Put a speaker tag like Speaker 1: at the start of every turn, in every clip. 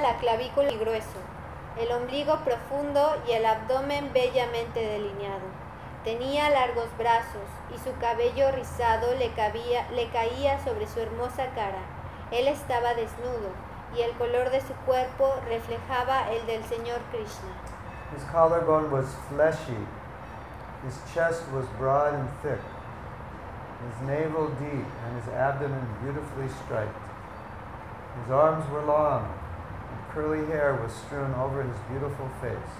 Speaker 1: la clavícula y grueso, el ombligo profundo y el abdomen bellamente delineado. Tenía largos brazos y su cabello rizado le, cabía, le caía sobre su hermosa cara. Él estaba desnudo y el color de su cuerpo reflejaba el del señor Krishna.
Speaker 2: His collarbone was fleshy. His chest was broad and thick. His navel deep and his abdomen beautifully striped. His arms were long and curly hair was strewn over his beautiful face.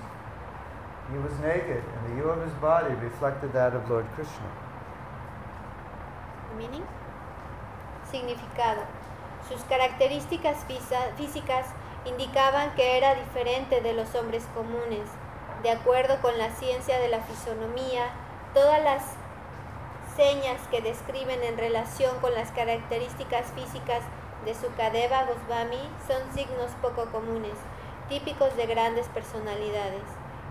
Speaker 2: He was naked and the hue of his body reflected that of Lord Krishna.
Speaker 1: Meaning? Significado. Sus características fisa- físicas indicaban que era diferente de los hombres comunes. De acuerdo con la ciencia de la fisonomía, todas las señas que describen en relación con las características físicas de Sukadeva Goswami son signos poco comunes, típicos de grandes personalidades.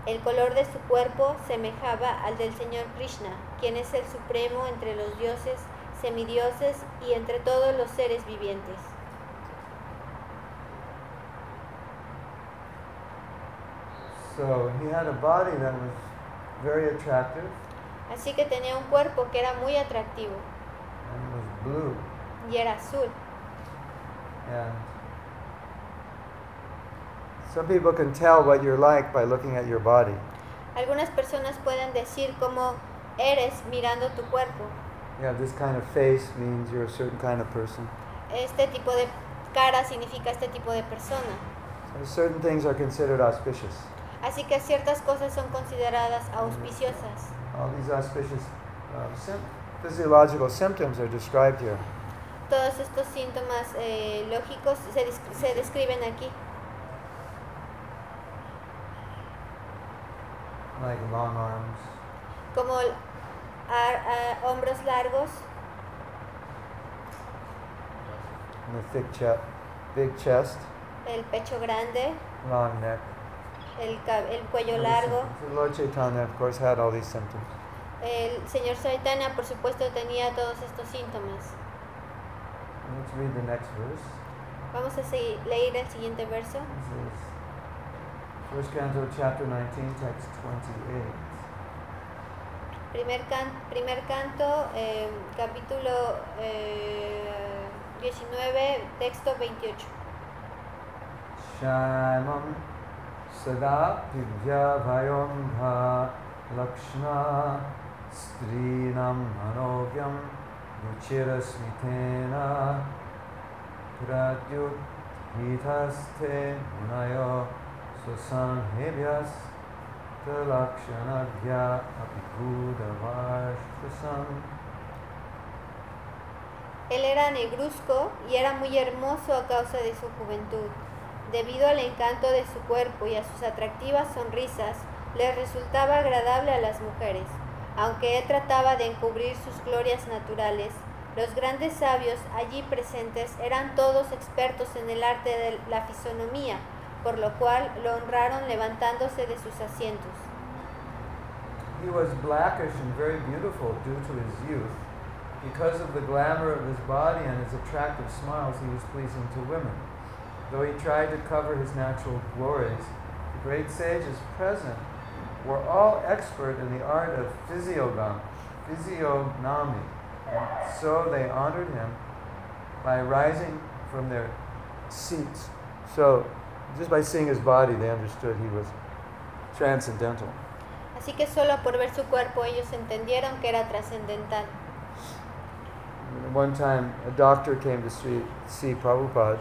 Speaker 1: El color de su cuerpo semejaba al del Señor Krishna, quien es el supremo entre los dioses, semidioses y entre todos los seres vivientes.
Speaker 2: So he had a body that was very attractive
Speaker 1: Así que tenía un cuerpo que era muy atractivo
Speaker 2: and was blue
Speaker 1: y era azul.
Speaker 2: and some people can tell what you're like by looking at your body.
Speaker 1: Algunas personas pueden decir cómo eres mirando tu cuerpo.
Speaker 2: You have this kind of face means you're a certain kind of person.
Speaker 1: Este tipo de cara significa este tipo de persona.
Speaker 2: So certain things are considered auspicious.
Speaker 1: Así que ciertas cosas son consideradas auspiciosas.
Speaker 2: All these auspicious uh, sym- physiological symptoms are described here.
Speaker 1: Todos estos síntomas eh, lógicos se, dis- se describen aquí,
Speaker 2: like long arms,
Speaker 1: como el- ar- a- hombros largos,
Speaker 2: and a thick chest, big chest,
Speaker 1: el pecho grande,
Speaker 2: long neck.
Speaker 1: el, ca- el cuello
Speaker 2: All these
Speaker 1: largo.
Speaker 2: symptoms. So Lord Chaitanya, of course, had all these symptoms.
Speaker 1: El señor Saitana, por supuesto, tenía todos estos síntomas.
Speaker 2: Let's read the next verse.
Speaker 1: Vamos a segui- leer el siguiente verso.
Speaker 2: This is First Canto, chapter 19, text 28.
Speaker 1: Primer, can- primer canto, eh, capítulo eh, 19, texto 28.
Speaker 2: Shyamam sada pibhyavayomha lakshna strinam manogyam ruchirasmitena pradyut hitaste munayo susanhebhyas talakshanabhya apikudavarshtasam
Speaker 1: Él era negruzco y era muy hermoso a causa de su juventud. Debido al encanto de su cuerpo y a sus atractivas sonrisas, le resultaba agradable a las mujeres. Aunque él trataba de encubrir sus glorias naturales, los grandes sabios allí presentes eran todos expertos en el arte de la fisonomía, por lo cual lo honraron levantándose de sus asientos.
Speaker 2: He was blackish and very beautiful due to his youth. Because of the glamour of his body and his attractive smiles, he was pleasing to women. Though he tried to cover his natural glories, the great sages present were all expert in the art of physiognom- physiognomy, and so they honored him by rising from their seats. So, just by seeing his body, they understood he was transcendental.
Speaker 1: Así que solo por ver su cuerpo ellos entendieron que era trascendental.
Speaker 2: One time, a doctor came to see, see Prabhupada,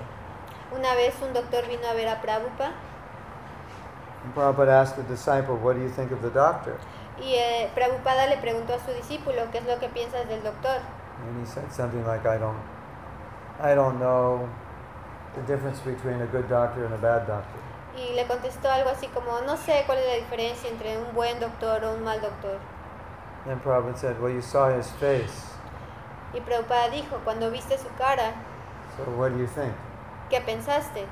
Speaker 1: Una vez un doctor vino a ver a Prabhupada
Speaker 2: and Prabhupada asked the disciple, What do you think of the doctor?
Speaker 1: Y eh, Prabhupada le preguntó a su discípulo, ¿qué es lo que piensas del doctor?
Speaker 2: And he said something like, I don't, I don't know the difference between a good doctor and a bad doctor.
Speaker 1: Y le contestó algo así como, no sé cuál es la diferencia entre un buen doctor o un mal doctor.
Speaker 2: Then Prabhupada said, Well, you saw his face,
Speaker 1: Y Prabhupada dijo, cuando viste su cara,
Speaker 2: so what do you think?
Speaker 1: ¿qué pensaste?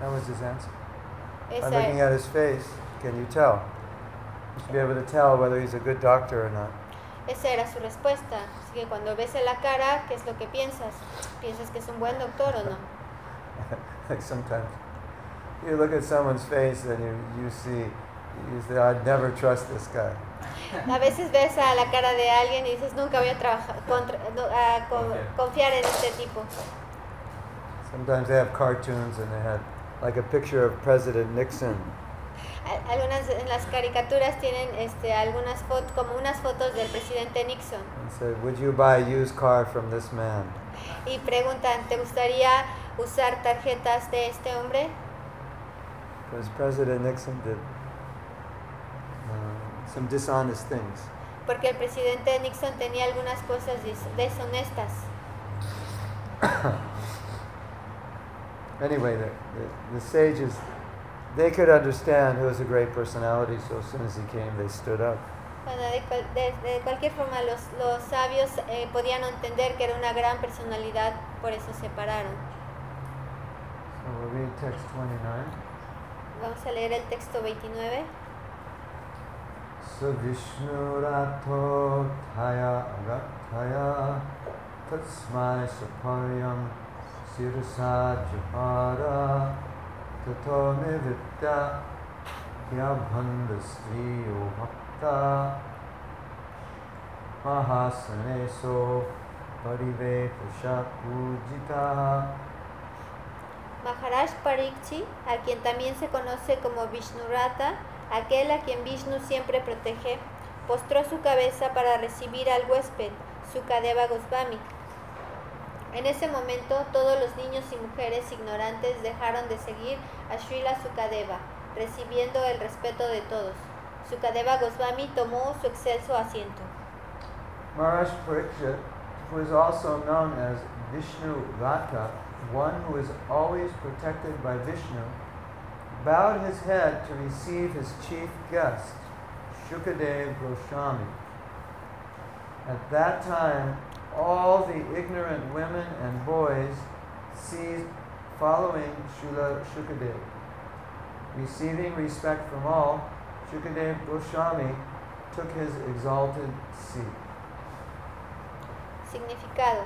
Speaker 2: That was his answer. By
Speaker 1: Esa-
Speaker 2: looking at his face, can you tell? You should be able to tell whether he's a good doctor or not.
Speaker 1: esa era su respuesta. Así que cuando ves en la cara, ¿qué es lo que piensas? ¿Piensas que es un buen doctor o no?
Speaker 2: Like sometimes you look at someone's face and you, you see, you say, I'd never trust this guy.
Speaker 1: A veces ves a la cara de alguien y dices, nunca voy a, trabajar, contra- no, a co- confiar en este tipo.
Speaker 2: Sometimes they have cartoons and they have like a picture of President Nixon.
Speaker 1: Al- Algunas en las caricaturas tienen este, algunas fotos, como unas fotos del presidente Nixon
Speaker 2: and said, Would you buy a used car from this man?
Speaker 1: y preguntan, ¿te gustaría usar tarjetas de este hombre?
Speaker 2: Because President Nixon did uh, some dishonest things.
Speaker 1: Porque el presidente Nixon tenía algunas cosas dis- deshonestas.
Speaker 2: Anyway, the, the, the sages, they could understand who was a great personality, so as soon as he came, they stood up.
Speaker 1: Bueno, de, cual- de- de cualquier forma, los, los sabios eh, podían entender que era una gran personalidad, por eso se pararon.
Speaker 2: So we'll read text 29.
Speaker 1: Vamos a leer el texto 29.
Speaker 2: Savishnuratho Thaya Agathaya Tatsmai Saparyam Sirasa Japara Tato Nivitya Yabhanda Sri Bhakta Mahasaneso Parive Pusha Pujita
Speaker 1: Maharaj Parikshi, a quien también se conoce como Vishnurata, aquel a quien Vishnu siempre protege, postró su cabeza para recibir al huésped, Sukadeva Goswami. En ese momento, todos los niños y mujeres ignorantes dejaron de seguir a Srila Sukadeva, recibiendo el respeto de todos. Sukadeva Goswami tomó su excelso asiento.
Speaker 2: Maharaj Pariksit, who is also known as Vishnu Rata, one who is always protected by Vishnu, bowed his head to receive his chief guest, Shukadev Goswami. At that time, all the ignorant women and boys ceased following Shula Shukadev. Receiving respect from all, Shukadev Goswami took his exalted seat.
Speaker 1: Significado.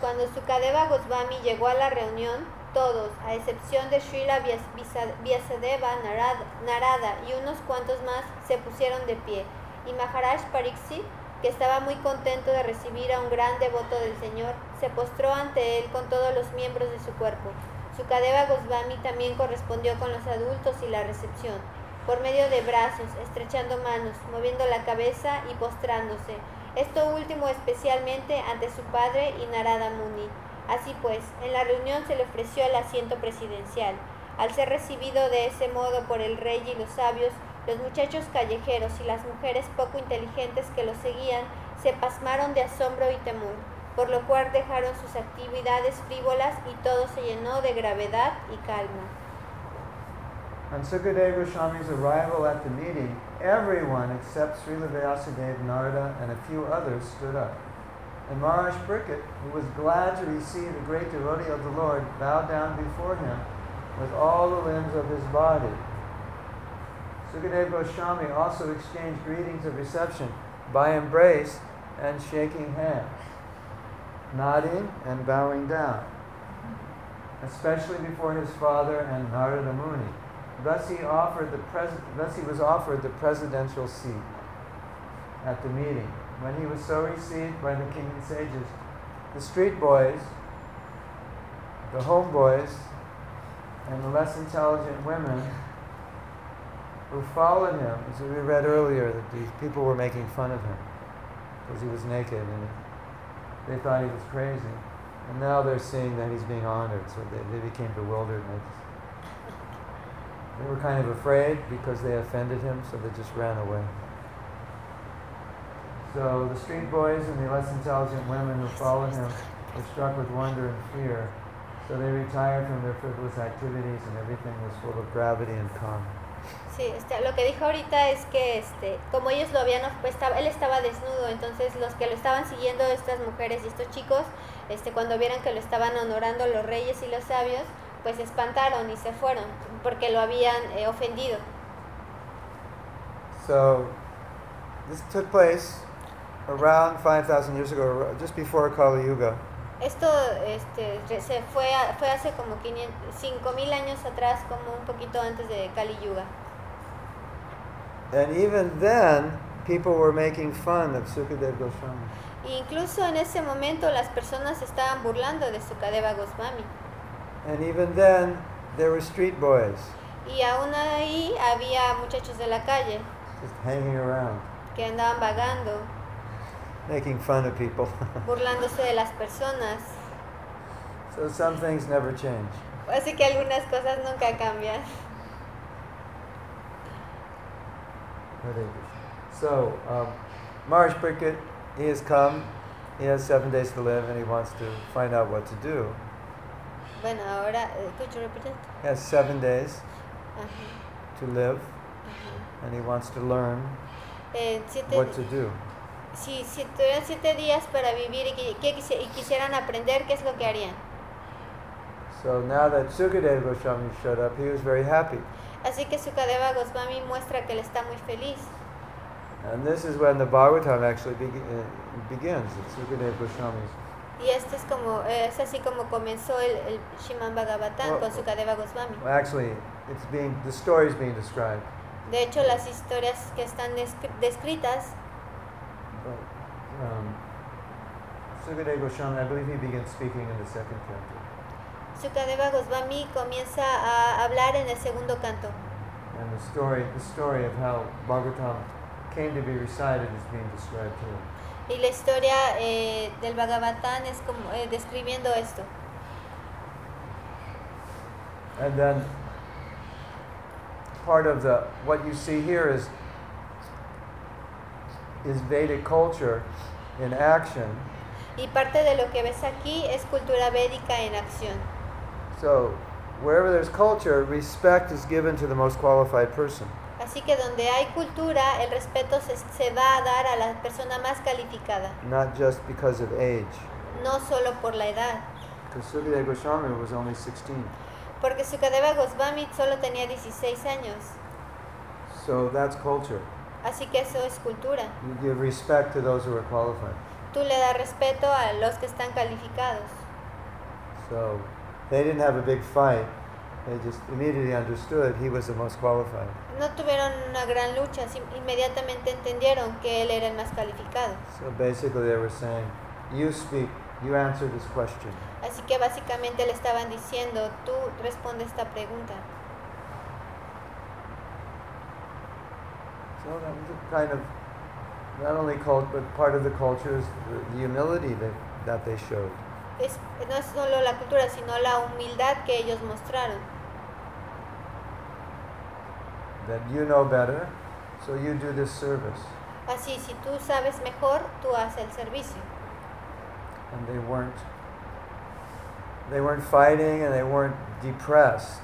Speaker 1: Cuando Sukadeva Goswami llegó a la reunión, todos, a excepción de Srila Vyas- Visa- Vyasadeva Narad- Narada y unos cuantos más, se pusieron de pie. Y Maharaj Pariksit, que estaba muy contento de recibir a un gran devoto del Señor, se postró ante él con todos los miembros de su cuerpo. Sukadeva Goswami también correspondió con los adultos y la recepción, por medio de brazos, estrechando manos, moviendo la cabeza y postrándose. Esto último especialmente ante su padre y Narada Muni. Así pues, en la reunión se le ofreció el asiento presidencial. Al ser recibido de ese modo por el rey y los sabios, los muchachos callejeros y las mujeres poco inteligentes que lo seguían se pasmaron de asombro y temor, por lo cual dejaron sus actividades frívolas y todo se llenó de gravedad y calma.
Speaker 2: On Sukadeva Goswami's arrival at the meeting, everyone except Srila Vyasadeva Narada and a few others stood up. And Maharaj Bricket, who was glad to receive a great devotee of the Lord, bowed down before him with all the limbs of his body. Sukadeva Goswami also exchanged greetings of reception by embrace and shaking hands, nodding and bowing down, especially before his father and Narada Muni. Thus he offered the pres- thus he was offered the presidential seat at the meeting. When he was so received by the king and sages, the street boys, the homeboys, and the less intelligent women who followed him, as we read earlier, that these people were making fun of him because he was naked and they thought he was crazy. And now they're seeing that he's being honored, so they, they became bewildered and they just they were kind of afraid because they offended him, so they just ran away. So the street boys and the less intelligent women who followed him were struck with wonder and fear. So they retired from their frivolous activities, and everything was full of gravity and calm.
Speaker 1: Sí, este, lo que dijo ahorita es que este, como ellos lo habían, of- pues, estaba- él estaba desnudo, entonces los que lo estaban siguiendo, estas mujeres y estos chicos, este, cuando vieron que lo estaban honorando los reyes y los sabios, pues se espantaron y se fueron porque lo habían eh, ofendido.
Speaker 2: So this took place around 5,000 years ago, ar- just before Kali Yuga.
Speaker 1: Esto este, re- se fue, a- fue hace como 500 5000 años atrás, como un poquito antes de Kali Yuga.
Speaker 2: And even then, people were making fun of Sukadev Goswami.
Speaker 1: E incluso en ese momento las personas se estaban burlando de Sukadeva Goswami.
Speaker 2: And even then, there were street boys
Speaker 1: Y aún ahí había muchachos de la calle
Speaker 2: just hanging around,
Speaker 1: que andaban vagando,
Speaker 2: making fun of people.
Speaker 1: burlándose de las personas.
Speaker 2: so some things never change.
Speaker 1: Así que algunas cosas nunca cambian.
Speaker 2: Hare Krishna. So, um, Maharaj Brickett, he has come. He has seven days to live, and he wants to find out what to do.
Speaker 1: Bueno, ahora, eh, could you repeat it?
Speaker 2: He has seven days
Speaker 1: Ajá,
Speaker 2: to live,
Speaker 1: ajá.
Speaker 2: and he wants to learn
Speaker 1: Eh, siete-
Speaker 2: what to do.
Speaker 1: si, si tuvieran siete días para vivir y, que- que quise- y quisieran aprender, ¿qué es lo que harían?
Speaker 2: So now that Sukadeva Goswami showed up, he was very happy.
Speaker 1: Así que Sukadeva Goswami muestra que él está muy feliz.
Speaker 2: And this is when the Bhagavatam actually be- uh, begins. It's Sukadeva Goswami's.
Speaker 1: Y esto es como eh, es así como comenzó el, el Shiman Bhagavatam
Speaker 2: Well-
Speaker 1: con Sukadeva Goswami.
Speaker 2: Well, actually, it's being the story is being described.
Speaker 1: De hecho, las historias que están descri- descritas,
Speaker 2: But, um, Sukadeva Goswami, I believe he begins speaking in the second canto.
Speaker 1: Sukadeva Goswami comienza a hablar en el segundo canto.
Speaker 2: And the story, the story of how Bhagavatam came to be recited is being described here.
Speaker 1: Y la historia eh, del Bhagavatam es como eh, describiendo esto.
Speaker 2: And then part of the what you see here is is Vedic culture in action.
Speaker 1: Y parte de lo que ves aquí es cultura védica en acción.
Speaker 2: So wherever there's culture, respect is given to the most qualified person.
Speaker 1: Así que donde hay cultura, el respeto se, se va a dar a la persona más calificada,
Speaker 2: not just because of age.
Speaker 1: no solo por la edad.
Speaker 2: Because Sukadeva Goswami was only 16.
Speaker 1: Porque Sukadeva Goswami solo tenía 16 años,
Speaker 2: So that's culture.
Speaker 1: así que eso es cultura.
Speaker 2: You give respect to those who are qualified.
Speaker 1: Tú le das respeto a los que están calificados.
Speaker 2: So they didn't have a big fight. They just immediately understood he was the most qualified.
Speaker 1: No tuvieron una gran lucha, sim- inmediatamente entendieron que él era el más calificado.
Speaker 2: So basically they were saying, you speak, you answer this question.
Speaker 1: Así que básicamente le estaban diciendo, tú responde esta pregunta.
Speaker 2: So that was a kind of, not only cult, but part of the culture is the, the humility that, that they showed.
Speaker 1: Es, no es solo la cultura, sino la humildad que ellos mostraron.
Speaker 2: That you know better, so you do this service.
Speaker 1: Así, si tú sabes mejor, tú haces el servicio.
Speaker 2: and they weren't they weren't fighting and they weren't depressed.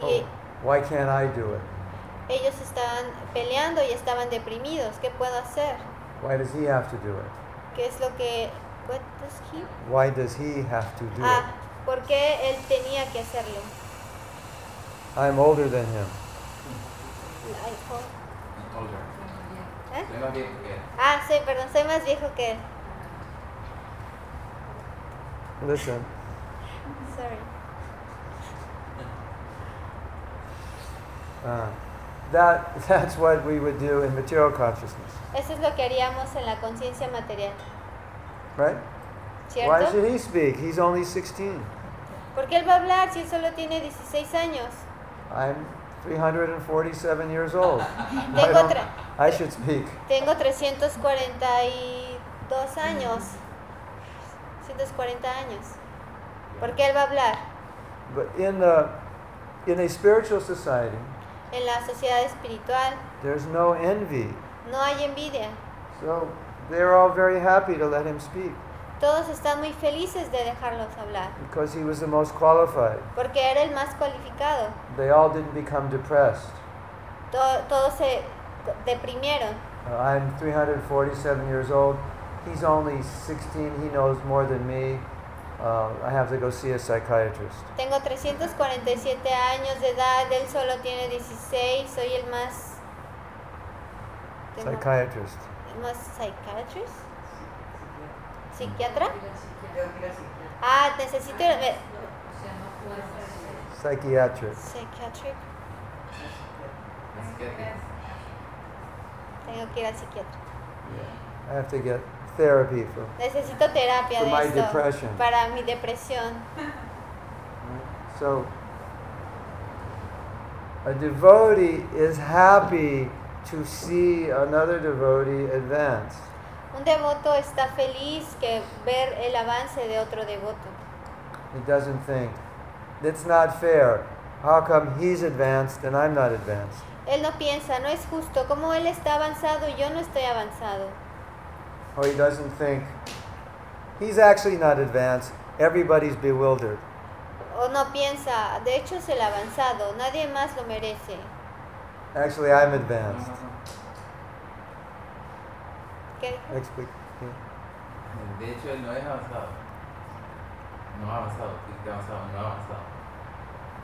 Speaker 2: Oh,
Speaker 1: Y
Speaker 2: why can't I do it?
Speaker 1: ellos estaban peleando y estaban deprimidos. ¿Qué puedo hacer?
Speaker 2: Why does he have to do it?
Speaker 1: ¿Qué es lo que... what does he-
Speaker 2: Why does he have to do
Speaker 1: Ah, ¿por qué él tenía que hacerlo?
Speaker 2: it? I'm older than him.
Speaker 1: Ay, jo-
Speaker 3: Older.
Speaker 1: ¿Eh?
Speaker 3: Soy más viejo que él.
Speaker 1: Ah, sí, perdón, soy más viejo que él.
Speaker 2: Listen,
Speaker 1: Sorry.
Speaker 2: uh, that that's what we would do in material consciousness,
Speaker 1: Eso es lo que haríamos en la conciencia material,
Speaker 2: right? Why
Speaker 1: ¿cierto?
Speaker 2: should he speak? He's only 16.
Speaker 1: Porque él va a hablar si él solo tiene 16 años.
Speaker 2: I'm 347 years old. I,
Speaker 1: Tengo,
Speaker 2: don't-
Speaker 1: tre-
Speaker 2: I should speak.
Speaker 1: tengo 342 años. 140 años. Porque él va a hablar
Speaker 2: But in the in a spiritual society,
Speaker 1: en la sociedad espiritual.
Speaker 2: there's no envy.
Speaker 1: No hay envidia.
Speaker 2: So they're all very happy to let him speak
Speaker 1: Todos están muy felices de dejarlos hablar.
Speaker 2: because he was the most qualified.
Speaker 1: Porque era el más cualificado.
Speaker 2: They all didn't become depressed.
Speaker 1: To- todos se deprimieron.
Speaker 2: Uh, I'm 347 years old. He's only 16. He knows more than me. Uh, I have to go see a psychiatrist.
Speaker 1: Tengo 347 años de edad, él solo tiene 16, soy el más... tengo-
Speaker 2: Psychiatrist.
Speaker 1: ¿Más psychiatrist? ¿Psiquiatra? Ah, necesito... eh,
Speaker 3: O sea, no puede ser.
Speaker 2: Psychiatric.
Speaker 1: Psychiatric. Tengo que ir al psiquiatra.
Speaker 2: I have to get therapy for.
Speaker 1: Necesito terapia
Speaker 2: For my
Speaker 1: de esto
Speaker 2: depression.
Speaker 1: para mi depresión.
Speaker 2: So, a devotee is happy to see another devotee advance.
Speaker 1: Un devoto está feliz que ver el avance de otro devoto.
Speaker 2: It doesn't think, it's not fair. How come he's advanced and I'm not advanced?
Speaker 1: Él no piensa, no es justo, como él está avanzado y yo no estoy avanzado.
Speaker 2: Or he doesn't think, he's actually not advanced. Everybody's bewildered.
Speaker 1: O no piensa, de hecho es el avanzado, nadie más lo merece.
Speaker 2: Actually, I'm advanced.
Speaker 1: ¿Qué dijo?
Speaker 2: Expli- yeah.
Speaker 4: De hecho, él no es avanzado. No ha avanzado, sí que ha avanzado, no ha avanzado.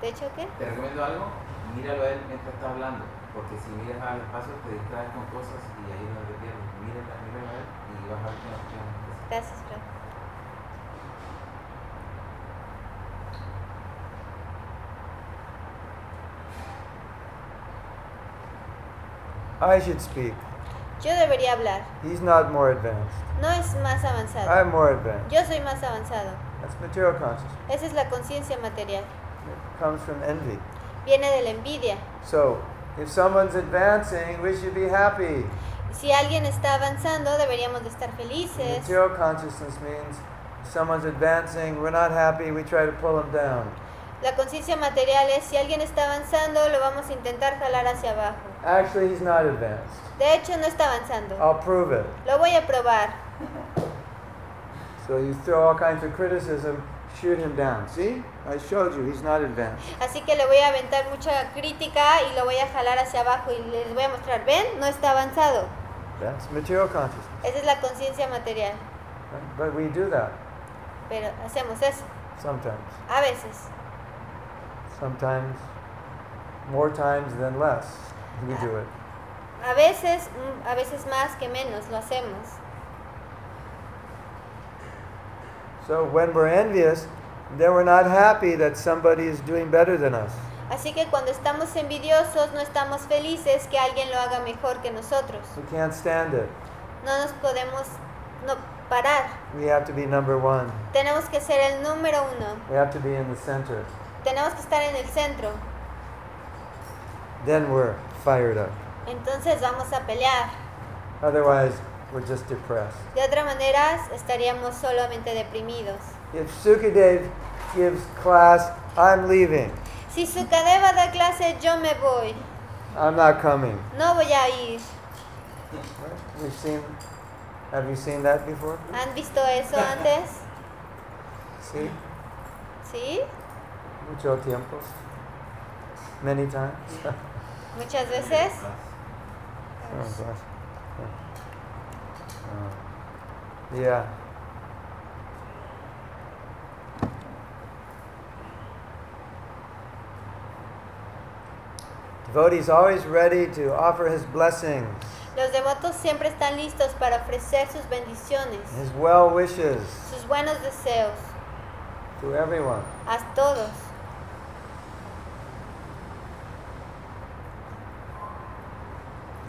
Speaker 1: ¿De hecho qué?
Speaker 4: Te recomiendo algo, míralo a él mientras está hablando, porque si miras al espacio te distraes con cosas y ahí es donde te pierdes. Míralo, míralo a él y vas a ver que no tienes cosas.
Speaker 1: Gracias, Fran.
Speaker 2: I should speak.
Speaker 1: Yo debería hablar,
Speaker 2: He's not more advanced.
Speaker 1: no es más avanzado.
Speaker 2: I'm more advanced.
Speaker 1: Yo soy más avanzado.
Speaker 2: That's material consciousness.
Speaker 1: Esa es la conciencia material.
Speaker 2: It comes from envy.
Speaker 1: Viene de la envidia.
Speaker 2: So, if someone's advancing, we should be happy.
Speaker 1: Si alguien está avanzando, deberíamos de estar felices.
Speaker 2: Material consciousness means someone's advancing, we're not happy, we try to pull them down.
Speaker 1: La conciencia material es si alguien está avanzando, lo vamos a intentar jalar hacia abajo.
Speaker 2: Actually, he's not advanced.
Speaker 1: De hecho, no está avanzando.
Speaker 2: I'll prove it.
Speaker 1: Lo voy a probar.
Speaker 2: So you throw all kinds of criticism, shoot him down. See? I showed you, he's not advanced.
Speaker 1: Así que le voy a aventar mucha crítica y lo voy a jalar hacia abajo y les voy a mostrar, ven, no está avanzado.
Speaker 2: That's material consciousness.
Speaker 1: Esa es la conciencia material.
Speaker 2: right? But we do that
Speaker 1: Pero hacemos eso,
Speaker 2: sometimes.
Speaker 1: a veces.
Speaker 2: Sometimes, more times than less, we do it.
Speaker 1: A veces, mm, a veces más que menos, lo hacemos.
Speaker 2: So when we're envious, then we're not happy that somebody is doing better than us.
Speaker 1: Así que cuando estamos envidiosos, no estamos felices que alguien lo haga mejor que nosotros.
Speaker 2: We can't stand it.
Speaker 1: No nos podemos no parar.
Speaker 2: We have to be number one.
Speaker 1: Tenemos que ser el número uno.
Speaker 2: We have to be in the center.
Speaker 1: Tenemos que estar en el centro.
Speaker 2: Then we're fired up.
Speaker 1: Entonces vamos a pelear.
Speaker 2: Otherwise, we're just depressed.
Speaker 1: De otra manera, estaríamos solamente deprimidos.
Speaker 2: If Sukadev gives class, I'm leaving.
Speaker 1: Si Sukadeva da clase, yo me voy.
Speaker 2: I'm not coming.
Speaker 1: No voy a ir.
Speaker 2: We've seen. Have you seen that before?
Speaker 1: ¿Han visto eso antes?
Speaker 2: See,
Speaker 1: ¿Sí?
Speaker 2: mucho tiempo. Many times. oh
Speaker 1: Muchas veces.
Speaker 2: gosh. Yeah. Oh. yeah. Devotee's always ready to offer his blessings,
Speaker 1: Los devotos siempre están listos para ofrecer sus bendiciones,
Speaker 2: his well wishes
Speaker 1: sus buenos deseos,
Speaker 2: to everyone.
Speaker 1: a todos.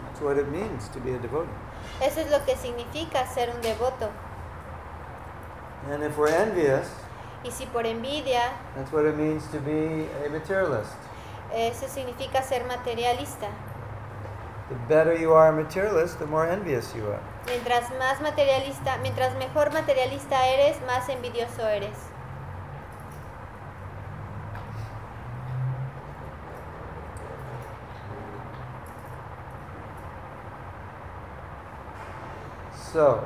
Speaker 2: That's what it means to be a devotee.
Speaker 1: Eso es lo que significa ser un devoto.
Speaker 2: And if we're envious,
Speaker 1: Y si por envidia,
Speaker 2: That's what it means to be a materialist.
Speaker 1: eso significa ser materialista.
Speaker 2: The better you are a materialist, the more envious you are.
Speaker 1: Mientras más materialista, mientras mejor materialista eres, más envidioso eres.
Speaker 2: So,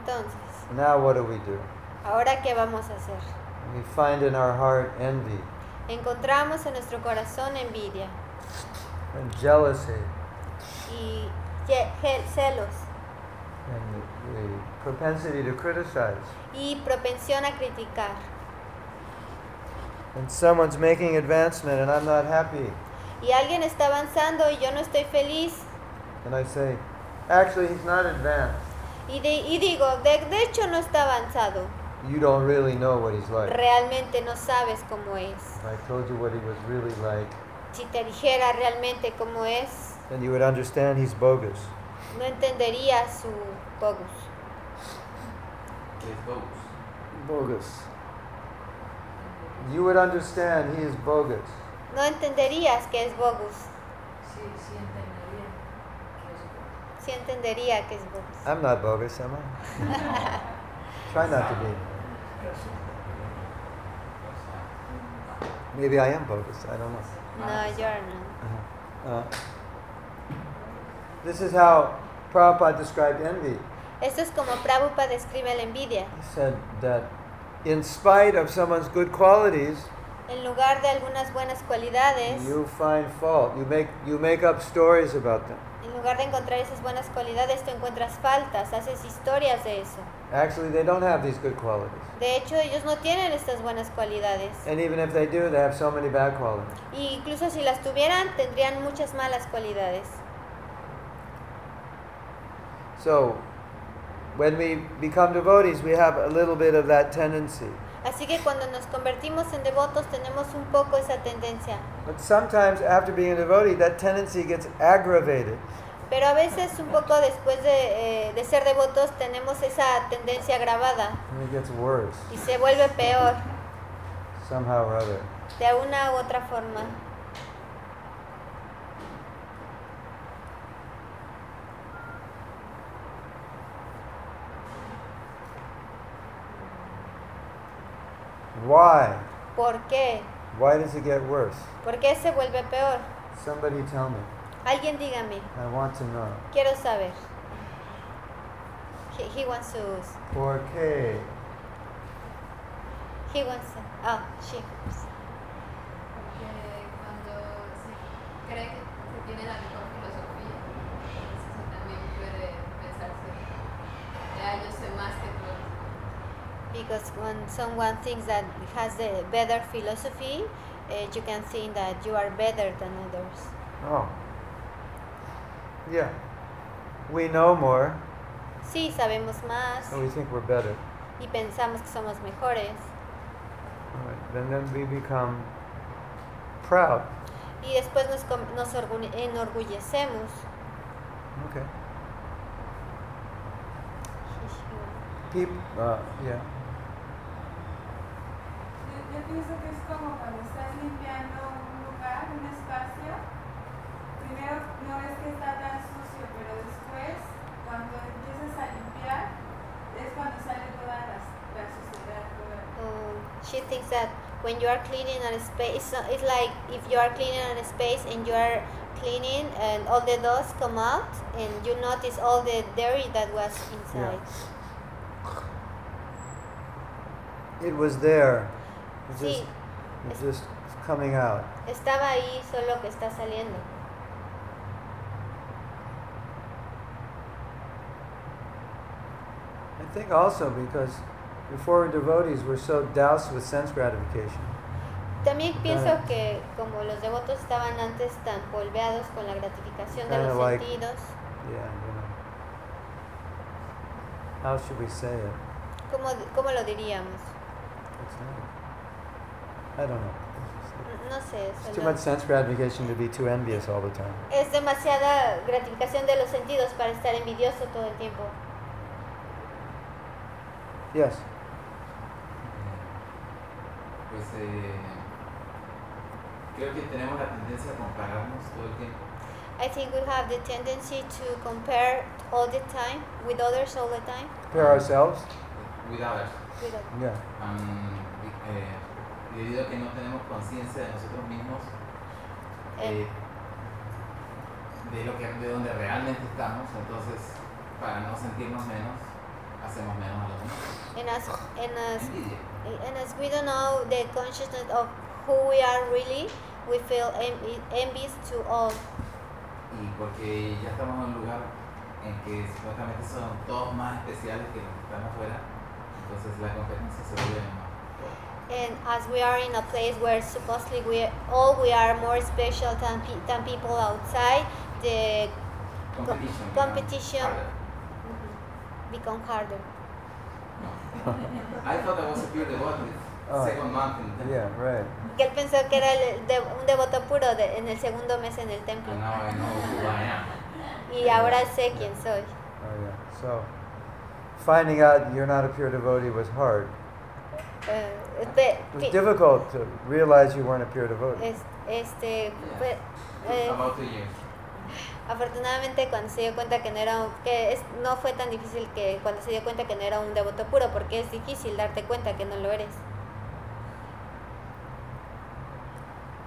Speaker 1: Entonces,
Speaker 2: now what do we do?
Speaker 1: ¿ahora qué vamos a hacer?
Speaker 2: We find in our heart envy
Speaker 1: Encontramos en nuestro corazón envidia
Speaker 2: and jealousy
Speaker 1: y ye- ge- celos
Speaker 2: and the, the propensity to criticize.
Speaker 1: y propensión a criticar.
Speaker 2: And someone's making advancement and I'm not happy.
Speaker 1: Y alguien está avanzando y yo no estoy feliz
Speaker 2: And I say, actually, he's not advanced.
Speaker 1: y, de- y digo, de, de hecho no está avanzado.
Speaker 2: you don't really know what he's like.
Speaker 1: realmente no sabes cómo es.
Speaker 2: If I told you what he was really like,
Speaker 1: Si te dijera realmente cómo es,
Speaker 2: then you would understand he's bogus.
Speaker 1: no entenderías su bogus.
Speaker 4: que es bogus.
Speaker 2: Bogus. You would understand he is bogus.
Speaker 1: No entenderías que es bogus.
Speaker 3: Sí, sí entendería que es bueno.
Speaker 1: Sí entendería que es bogus.
Speaker 2: I'm not bogus, am I? Try not to be. Maybe I am bogus. I don't know.
Speaker 4: Ah, pues
Speaker 1: No, you're not.
Speaker 2: Uh, this is how Prabhupada described envy.
Speaker 1: Esto es como Prabhupada describe la envidia.
Speaker 2: He said that in spite of someone's good qualities,
Speaker 1: En lugar de algunas buenas cualidades,
Speaker 2: you find fault. You make you make up stories about them.
Speaker 1: en lugar de encontrar esas buenas cualidades, tú encuentras faltas, haces historias de eso.
Speaker 2: Actually, they don't have these good qualities.
Speaker 1: De hecho, ellos no tienen estas buenas cualidades.
Speaker 2: And even if they do, they have so many bad qualities.
Speaker 1: Y incluso si las tuvieran, tendrían muchas malas cualidades.
Speaker 2: So, when we become devotees, we have a little bit of that tendency.
Speaker 1: Así que cuando nos convertimos en devotos tenemos un poco esa tendencia.
Speaker 2: But sometimes, after being a devotee, that tendency gets aggravated
Speaker 1: Pero a veces un poco después de, eh, de ser devotos tenemos esa tendencia agravada
Speaker 2: and it gets worse
Speaker 1: y se vuelve peor
Speaker 2: somehow or other.
Speaker 1: de una u otra forma.
Speaker 2: Why?
Speaker 1: ¿Por qué?
Speaker 2: Why does it get worse?
Speaker 1: ¿Por qué se vuelve peor?
Speaker 2: Somebody tell me.
Speaker 1: Alguien dígame,
Speaker 2: I want to know.
Speaker 1: quiero saber. He, he wants to...
Speaker 2: Por qué?
Speaker 1: He wants to... Ah, she.
Speaker 3: Porque cuando se cree que se tiene la mejor filosofía, entonces también puede pensarse, ya yo sé más que todos.
Speaker 1: Because when someone thinks that has a better philosophy, eh, you can think that you are better than others.
Speaker 2: Oh. Yeah. We know more,
Speaker 1: Sí, sabemos más
Speaker 2: and we think we're better.
Speaker 1: y pensamos que somos mejores.
Speaker 2: All right. Then, then we become proud.
Speaker 1: Y después nos, com- nos orgu- enorgullecemos.
Speaker 2: Okay. People. Uh, yeah.
Speaker 5: Yo, yo pienso que es como cuando estás limpiando un lugar, un espacio. Primero no ves que está tan sucio, pero después, cuando empiezas a limpiar, es cuando sale toda la, la suciedad. toda-
Speaker 1: Um, she thinks that when you are cleaning an space, so- it's like if you are cleaning an space and you are cleaning and all the dust come out and you notice all the dairy that was inside.
Speaker 2: It was there. It's
Speaker 1: Sí,
Speaker 2: just, it's just coming out.
Speaker 1: estaba ahí solo que está saliendo.
Speaker 2: I think also because before we're devotees, we're so doused with sense gratification.
Speaker 1: También pienso
Speaker 2: Claro.
Speaker 1: que como los devotos estaban antes tan polveados con la gratificación de
Speaker 2: Kinda
Speaker 1: los
Speaker 2: like-
Speaker 1: sentidos,
Speaker 2: Yeah. You know. How should we say it?
Speaker 1: ¿cómo, cómo lo diríamos?
Speaker 2: It's not. I don't know. It's just-
Speaker 1: N- No sé,
Speaker 2: It's too
Speaker 1: solo-
Speaker 2: much sense gratification to be too envious all the time.
Speaker 1: es demasiada gratificación de los sentidos para estar envidioso todo el tiempo.
Speaker 2: Yes.
Speaker 4: Pues eh, creo que tenemos la tendencia a compararnos todo el tiempo.
Speaker 1: I think we have the tendency to compare all the time with others all the time.
Speaker 2: Compare ourselves.
Speaker 4: with others.
Speaker 1: With oth-
Speaker 2: Um, Yeah.
Speaker 4: Um, y- eh, debido a que no tenemos conciencia de nosotros mismos,
Speaker 1: Eh.
Speaker 4: eh, de lo que de donde realmente estamos, entonces para no sentirnos menos, hacemos menos a los demás.
Speaker 1: and as and as
Speaker 4: Envidia.
Speaker 1: and as we don't know the consciousness of who we are really, we feel envy, envious to all
Speaker 4: Y porque ya estamos en un lugar en que supuestamente son todos más especiales que los que están afuera, entonces la competencia se vuelve más.
Speaker 1: And as we are in a place where supposedly we all we are more special than, pe- than people outside, the
Speaker 4: Competition.
Speaker 1: competition.
Speaker 4: harder.
Speaker 1: become mm-hmm, harder.
Speaker 4: No. I thought I was a pure devotee.
Speaker 2: Oh.
Speaker 4: Second month in the temple.
Speaker 2: Yeah, right.
Speaker 1: Que él pensó que era el de- un devoto puro de- en el segundo mes en el templo.
Speaker 4: And now I know who I am.
Speaker 1: Y ahora sé quién soy.
Speaker 2: Oh, yeah. So, finding out you're not a pure devotee was hard.
Speaker 1: Eh, pe-
Speaker 2: It was
Speaker 1: fi-
Speaker 2: difficult to realize you weren't a pure devotee.
Speaker 1: es- este, fue- eh,
Speaker 4: About two years.
Speaker 1: afortunadamente cuando se dio cuenta que no era un- que es- no fue tan difícil que cuando se dio cuenta que no era un devoto puro, porque es difícil darte cuenta que no lo eres.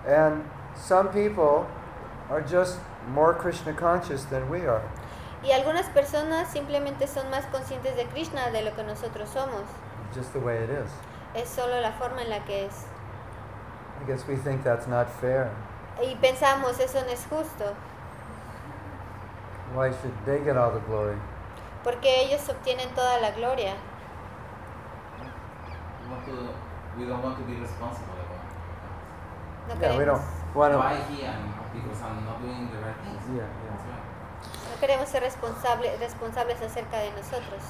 Speaker 2: And some people are just more Krishna conscious than we are.
Speaker 1: Y algunas personas simplemente son más conscientes de Krishna de lo que nosotros somos.
Speaker 2: It's just the way it is.
Speaker 1: Es solo la forma en la que es.
Speaker 2: I guess we think that's not fair.
Speaker 1: Y pensamos, eso no es justo,
Speaker 2: Why should they get all the glory?
Speaker 1: porque ellos obtienen toda la gloria.
Speaker 4: We, want to, we don't want to be responsible about
Speaker 1: No
Speaker 2: yeah, we
Speaker 1: queremos,
Speaker 2: don't want to.
Speaker 4: why he am because I'm not doing the right things.
Speaker 2: Yeah,
Speaker 4: That's
Speaker 2: yeah.
Speaker 4: right.
Speaker 1: no queremos ser responsables, responsables acerca de nosotros.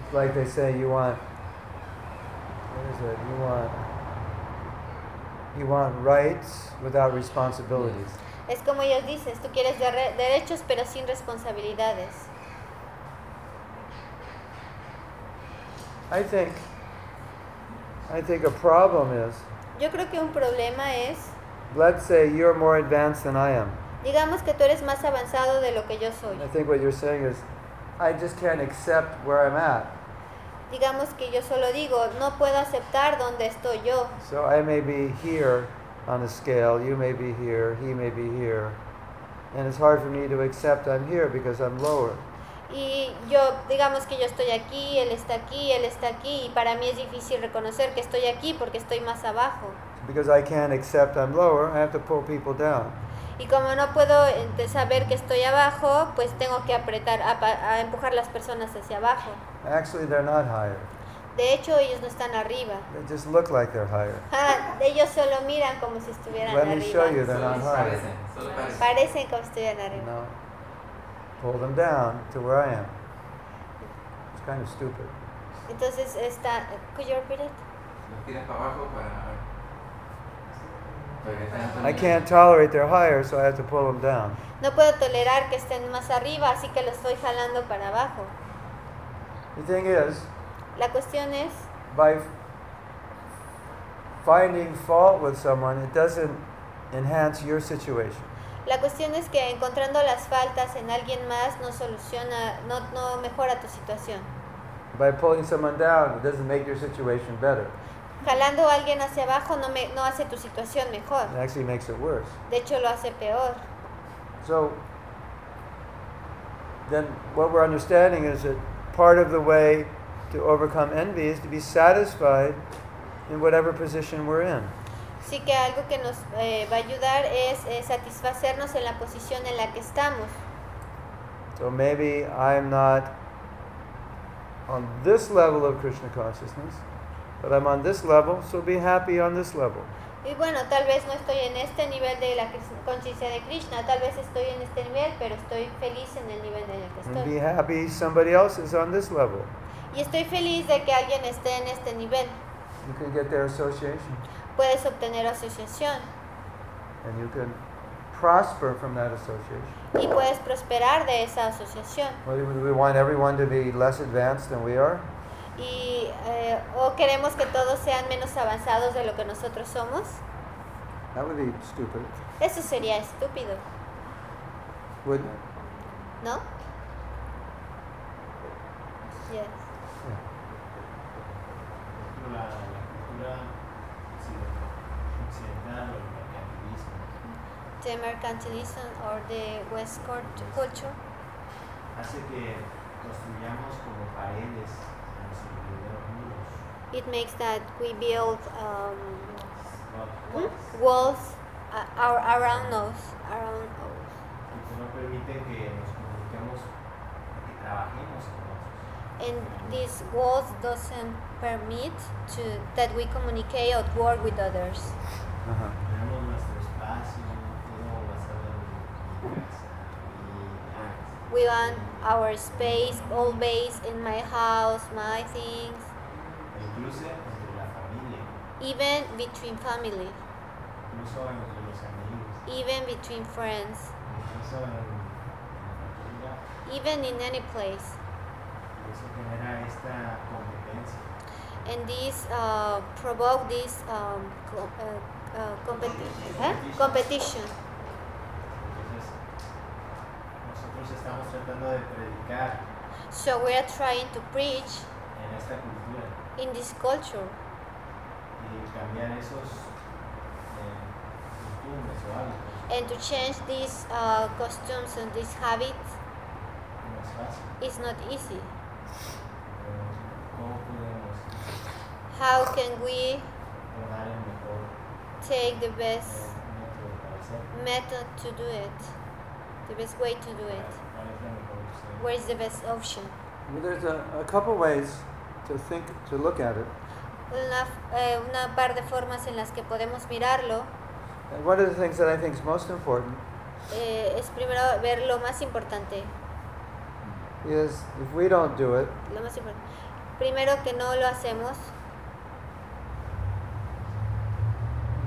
Speaker 2: It's like they say, you want. What is it? You want. You want rights without responsibilities.
Speaker 1: Es como ellos dicen, tú quieres derre- derechos pero sin responsabilidades.
Speaker 2: I think. I think a problem is.
Speaker 1: Yo creo que un problema es,
Speaker 2: Let's say you're more advanced than I am.
Speaker 1: digamos que tú eres más avanzado de lo que yo soy.
Speaker 2: I think what you're saying is, I just can't accept where I'm at.
Speaker 1: Digamos que yo solo digo, no puedo aceptar donde estoy yo.
Speaker 2: So I may be here on a scale, you may be here, he may be here. And it's hard for me to accept I'm here because I'm lower.
Speaker 1: Y yo, digamos que yo estoy aquí, él está aquí, él está aquí, y para mí es difícil reconocer que estoy aquí porque estoy más abajo.
Speaker 2: Because I can't accept I'm lower, I have to pull people down.
Speaker 1: Y como no puedo este, saber que estoy abajo, pues tengo que apretar, a, pa- a empujar las personas hacia abajo.
Speaker 2: Actually, they're not higher.
Speaker 1: De hecho, ellos no están arriba.
Speaker 2: They just look like they're higher.
Speaker 1: Ah, ellos solo miran como si estuvieran
Speaker 2: Let me
Speaker 1: arriba.
Speaker 2: show you that
Speaker 4: Solo
Speaker 2: I'm higher.
Speaker 4: parece, solo parece.
Speaker 1: Parecen como si estuvieran
Speaker 2: You
Speaker 1: arriba.
Speaker 2: know, pull them down to where I am. It's kind of stupid.
Speaker 1: Entonces está... Could you repeat it?
Speaker 4: Los tiras para abajo para... para que estén-
Speaker 2: I can't tolerate they're higher, so I have to pull them down.
Speaker 1: No puedo tolerar que estén más arriba, así que los estoy jalando para abajo.
Speaker 2: The thing is,
Speaker 1: La cuestión es,
Speaker 2: by f- finding fault with someone, it doesn't enhance your situation.
Speaker 1: la cuestión es que encontrando las faltas en alguien más no soluciona, no, no mejora tu situación.
Speaker 2: By pulling someone down, it doesn't make your situation better.
Speaker 1: Jalando a alguien hacia abajo no, me, no hace tu situación mejor,
Speaker 2: It actually makes it worse.
Speaker 1: de hecho lo hace peor.
Speaker 2: So, then what we're understanding is that part of the way to overcome envy is to be satisfied in whatever position we're in.
Speaker 1: Así que algo que nos eh, va a ayudar es eh, satisfacernos en la posición en la que estamos.
Speaker 2: So maybe I'm not on this level of Krishna consciousness, but I'm on this level, so be happy on this level.
Speaker 1: Y bueno, tal vez no estoy en este nivel de la Kris- conciencia de Krishna, tal vez estoy en este nivel, pero estoy feliz en el nivel en el que
Speaker 2: And be
Speaker 1: estoy.
Speaker 2: happy somebody else is on this level.
Speaker 1: Y estoy feliz de que alguien esté en este nivel.
Speaker 2: You can get their association
Speaker 1: Puedes obtener asociación
Speaker 2: and you can prosper from that association.
Speaker 1: y puedes prosperar de esa asociación.
Speaker 2: Well, do we want everyone to be less advanced than we are?
Speaker 1: Y, eh, ¿O queremos que todos sean menos avanzados de lo que nosotros somos?
Speaker 2: That would be stupid,
Speaker 1: Eso sería estúpido,
Speaker 2: wouldn't it?
Speaker 1: ¿no? Yes.
Speaker 6: ejemplo, la, la cultura occidental, occidental o el mercantilismo,
Speaker 1: The mercantilism or the West cult- culture
Speaker 6: hace que construyamos como paredes a nuestro alrededor muros,
Speaker 1: It makes that we build um,
Speaker 6: ¿no?
Speaker 1: walls uh, our, around us, around us,
Speaker 6: que no permiten que nos comuniquemos, que trabajemos con otros.
Speaker 1: and these walls doesn't permit to that we communicate or work with others.
Speaker 2: Uh-huh.
Speaker 6: Tenemos nuestro espacio, todo basado en mi casa, mi arte,
Speaker 1: We want our space, all base in my house, my things,
Speaker 6: e incluso entre la familia,
Speaker 1: even between family,
Speaker 6: incluso entre los amigos,
Speaker 1: even between friends,
Speaker 6: incluso en, en la familia.
Speaker 1: even in any place.
Speaker 6: Y eso genera esta competencia.
Speaker 1: And these uh, provoke this um, co- uh, uh, competi- eh? competition.
Speaker 6: Entonces, nosotros estamos tratando de predicar
Speaker 1: So we are trying to preach
Speaker 6: en esta cultura
Speaker 1: in this culture
Speaker 6: y cambiar esos eh, costumbres o hábitos.
Speaker 1: and to change these uh, costumes and these habits
Speaker 6: No es fácil,
Speaker 1: is not easy.
Speaker 6: pero ¿cómo podemos
Speaker 1: How can we
Speaker 6: tomar el mejor
Speaker 1: take the
Speaker 6: eh,
Speaker 1: best
Speaker 6: método para hacerlo?
Speaker 1: method to do it? The best way to do it.
Speaker 6: ¿Cuál es la mejor opción?
Speaker 1: Where is the best option?
Speaker 2: Well, there's a, a couple ways to think, to look at it.
Speaker 1: Una, eh, una par de formas en las que podemos mirarlo
Speaker 2: And one of the things that I think is most important
Speaker 1: eh, es primero ver lo más importante.
Speaker 2: is if we don't do it,
Speaker 1: Lo más importante. Primero que no lo hacemos,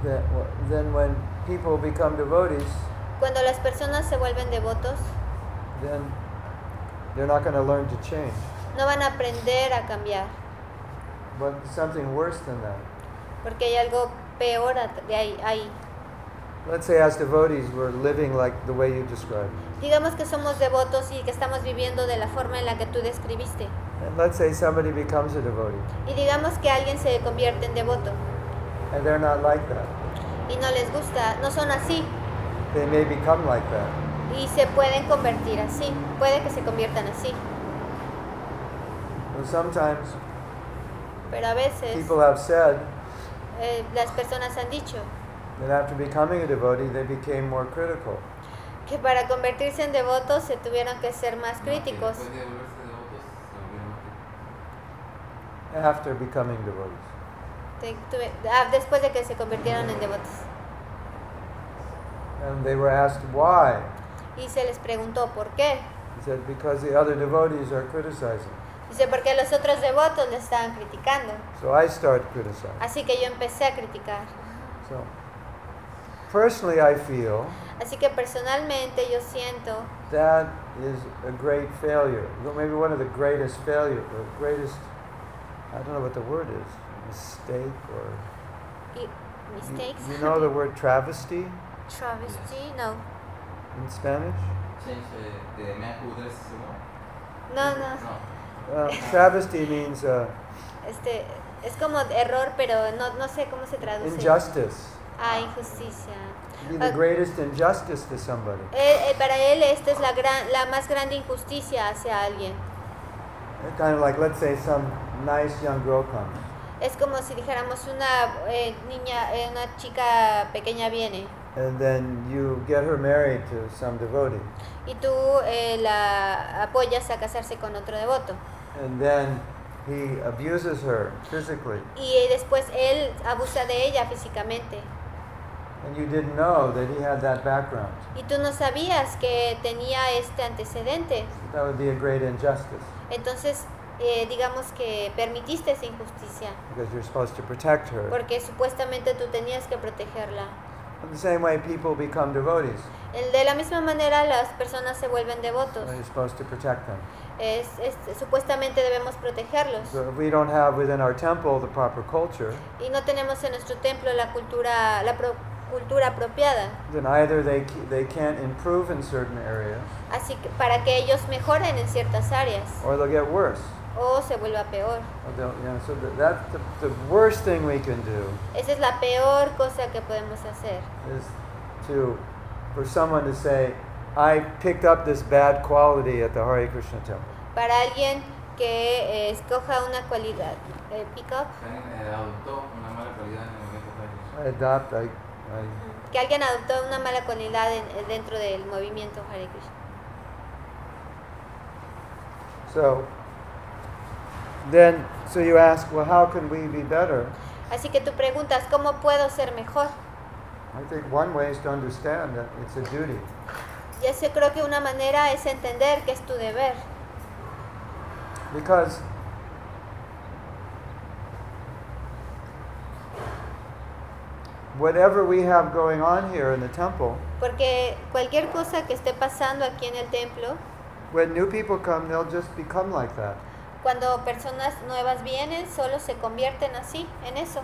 Speaker 2: that, then when people become devotees,
Speaker 1: cuando las personas se vuelven devotos,
Speaker 2: then they're not going to learn to change.
Speaker 1: no van a aprender a cambiar,
Speaker 2: But something worse than that.
Speaker 1: porque hay algo peor at- de ahí, ahí.
Speaker 2: Let's say, as devotees, we're living like the way you described.
Speaker 1: Digamos que somos devotos y que estamos viviendo de la forma en la que tú describiste.
Speaker 2: And let's say somebody becomes a devotee,
Speaker 1: Y digamos que alguien se convierte en devoto
Speaker 2: and they're not like that.
Speaker 1: y no les gusta, no son así
Speaker 2: They may become like that.
Speaker 1: y se pueden convertir así, puede que se conviertan así,
Speaker 2: And sometimes
Speaker 1: pero a veces
Speaker 2: people have said
Speaker 1: eh, las personas han dicho
Speaker 2: that after becoming a devotee, they became more critical.
Speaker 1: que para convertirse en devotos se tuvieron que ser más críticos
Speaker 4: Después de volverse devotos, se volvieron más críticos.
Speaker 2: After becoming devotees.
Speaker 1: te- tuve- ah, después de que se convirtieron en devotos.
Speaker 2: And they were asked why.
Speaker 1: Y se les preguntó por qué.
Speaker 2: He said, because the other devotees are criticizing.
Speaker 1: Dice, porque los otros devotos le estaban criticando.
Speaker 2: So I start criticizing.
Speaker 1: Así que yo empecé a criticar.
Speaker 2: So personally, I feel
Speaker 1: Así que personalmente yo siento
Speaker 2: that is a great failure. Maybe one of the greatest failure, the greatest, I don't know what the word is, mistake or.
Speaker 1: y- mistakes.
Speaker 2: You, you know the word travesty
Speaker 1: Travesty, no.
Speaker 2: in Spanish?
Speaker 4: Change de, de mea cutre, ¿sí, ¿no?
Speaker 1: No, no.
Speaker 4: No.
Speaker 2: Uh, travesty means uh,
Speaker 1: Este es como error, pero no, no sé cómo se traduce.
Speaker 2: injustice.
Speaker 1: Ah, injusticia.
Speaker 2: Be the
Speaker 1: Uh,
Speaker 2: greatest injustice to somebody.
Speaker 1: Él- él- para él esta es la gran, la más grande injusticia hacia alguien.
Speaker 2: It's kind of like, let's say, some nice young girl comes.
Speaker 1: Es como si dijéramos una eh, niña, eh, una chica pequeña viene
Speaker 2: And then you get her married to some devotee.
Speaker 1: y tú eh, la apoyas a casarse con otro devoto.
Speaker 2: And then he abuses her physically.
Speaker 1: Y eh, después él abusa de ella físicamente.
Speaker 2: And you didn't know that he had that background.
Speaker 1: Y tú no sabías que tenía este antecedente.
Speaker 2: That would be a great injustice
Speaker 1: Entonces, eh, digamos que permitiste esa injusticia,
Speaker 2: because you're supposed to protect her.
Speaker 1: porque supuestamente tú tenías que protegerla.
Speaker 2: In the same way, people become devotees.
Speaker 1: El- De la misma manera, las personas se vuelven devotos.
Speaker 2: You're supposed to protect them.
Speaker 1: Es, es- supuestamente debemos protegerlos.
Speaker 2: So if we don't have within our temple the proper culture,
Speaker 1: Y no tenemos en nuestro templo la cultura, la pro- cultura apropiada.
Speaker 2: then either they, ca- they can't improve in certain areas
Speaker 1: Así que para que ellos mejoren en ciertas áreas
Speaker 2: or they'll get worse.
Speaker 1: o se vuelva peor.
Speaker 2: Or they'll- you know, so that- that's the, the worst thing we can do
Speaker 1: Esa es la peor cosa que podemos hacer.
Speaker 2: is to, for someone to say, I picked up this bad quality at the Hare Krishna temple.
Speaker 1: Para alguien que eh, escoja una cualidad, eh, pick up,
Speaker 4: Karen eh, adoptó una mala cualidad en el movimiento Hare
Speaker 2: I adopt, I, I,
Speaker 1: que alguien adoptó una mala cualidad en- eh, dentro del movimiento Hare Krishna.
Speaker 2: so then, so you ask, well, how can we be better?
Speaker 1: Así que tú preguntas, ¿cómo puedo ser mejor?
Speaker 2: I think one way is to understand that it's a duty.
Speaker 1: Y eso creo que una manera es entender que es tu deber.
Speaker 2: Because whatever we have going on here in the temple,
Speaker 1: Porque cualquier cosa que esté pasando aquí en el templo,
Speaker 2: when new people come, they'll just become like that.
Speaker 1: cuando personas nuevas vienen, solo se convierten así, en eso.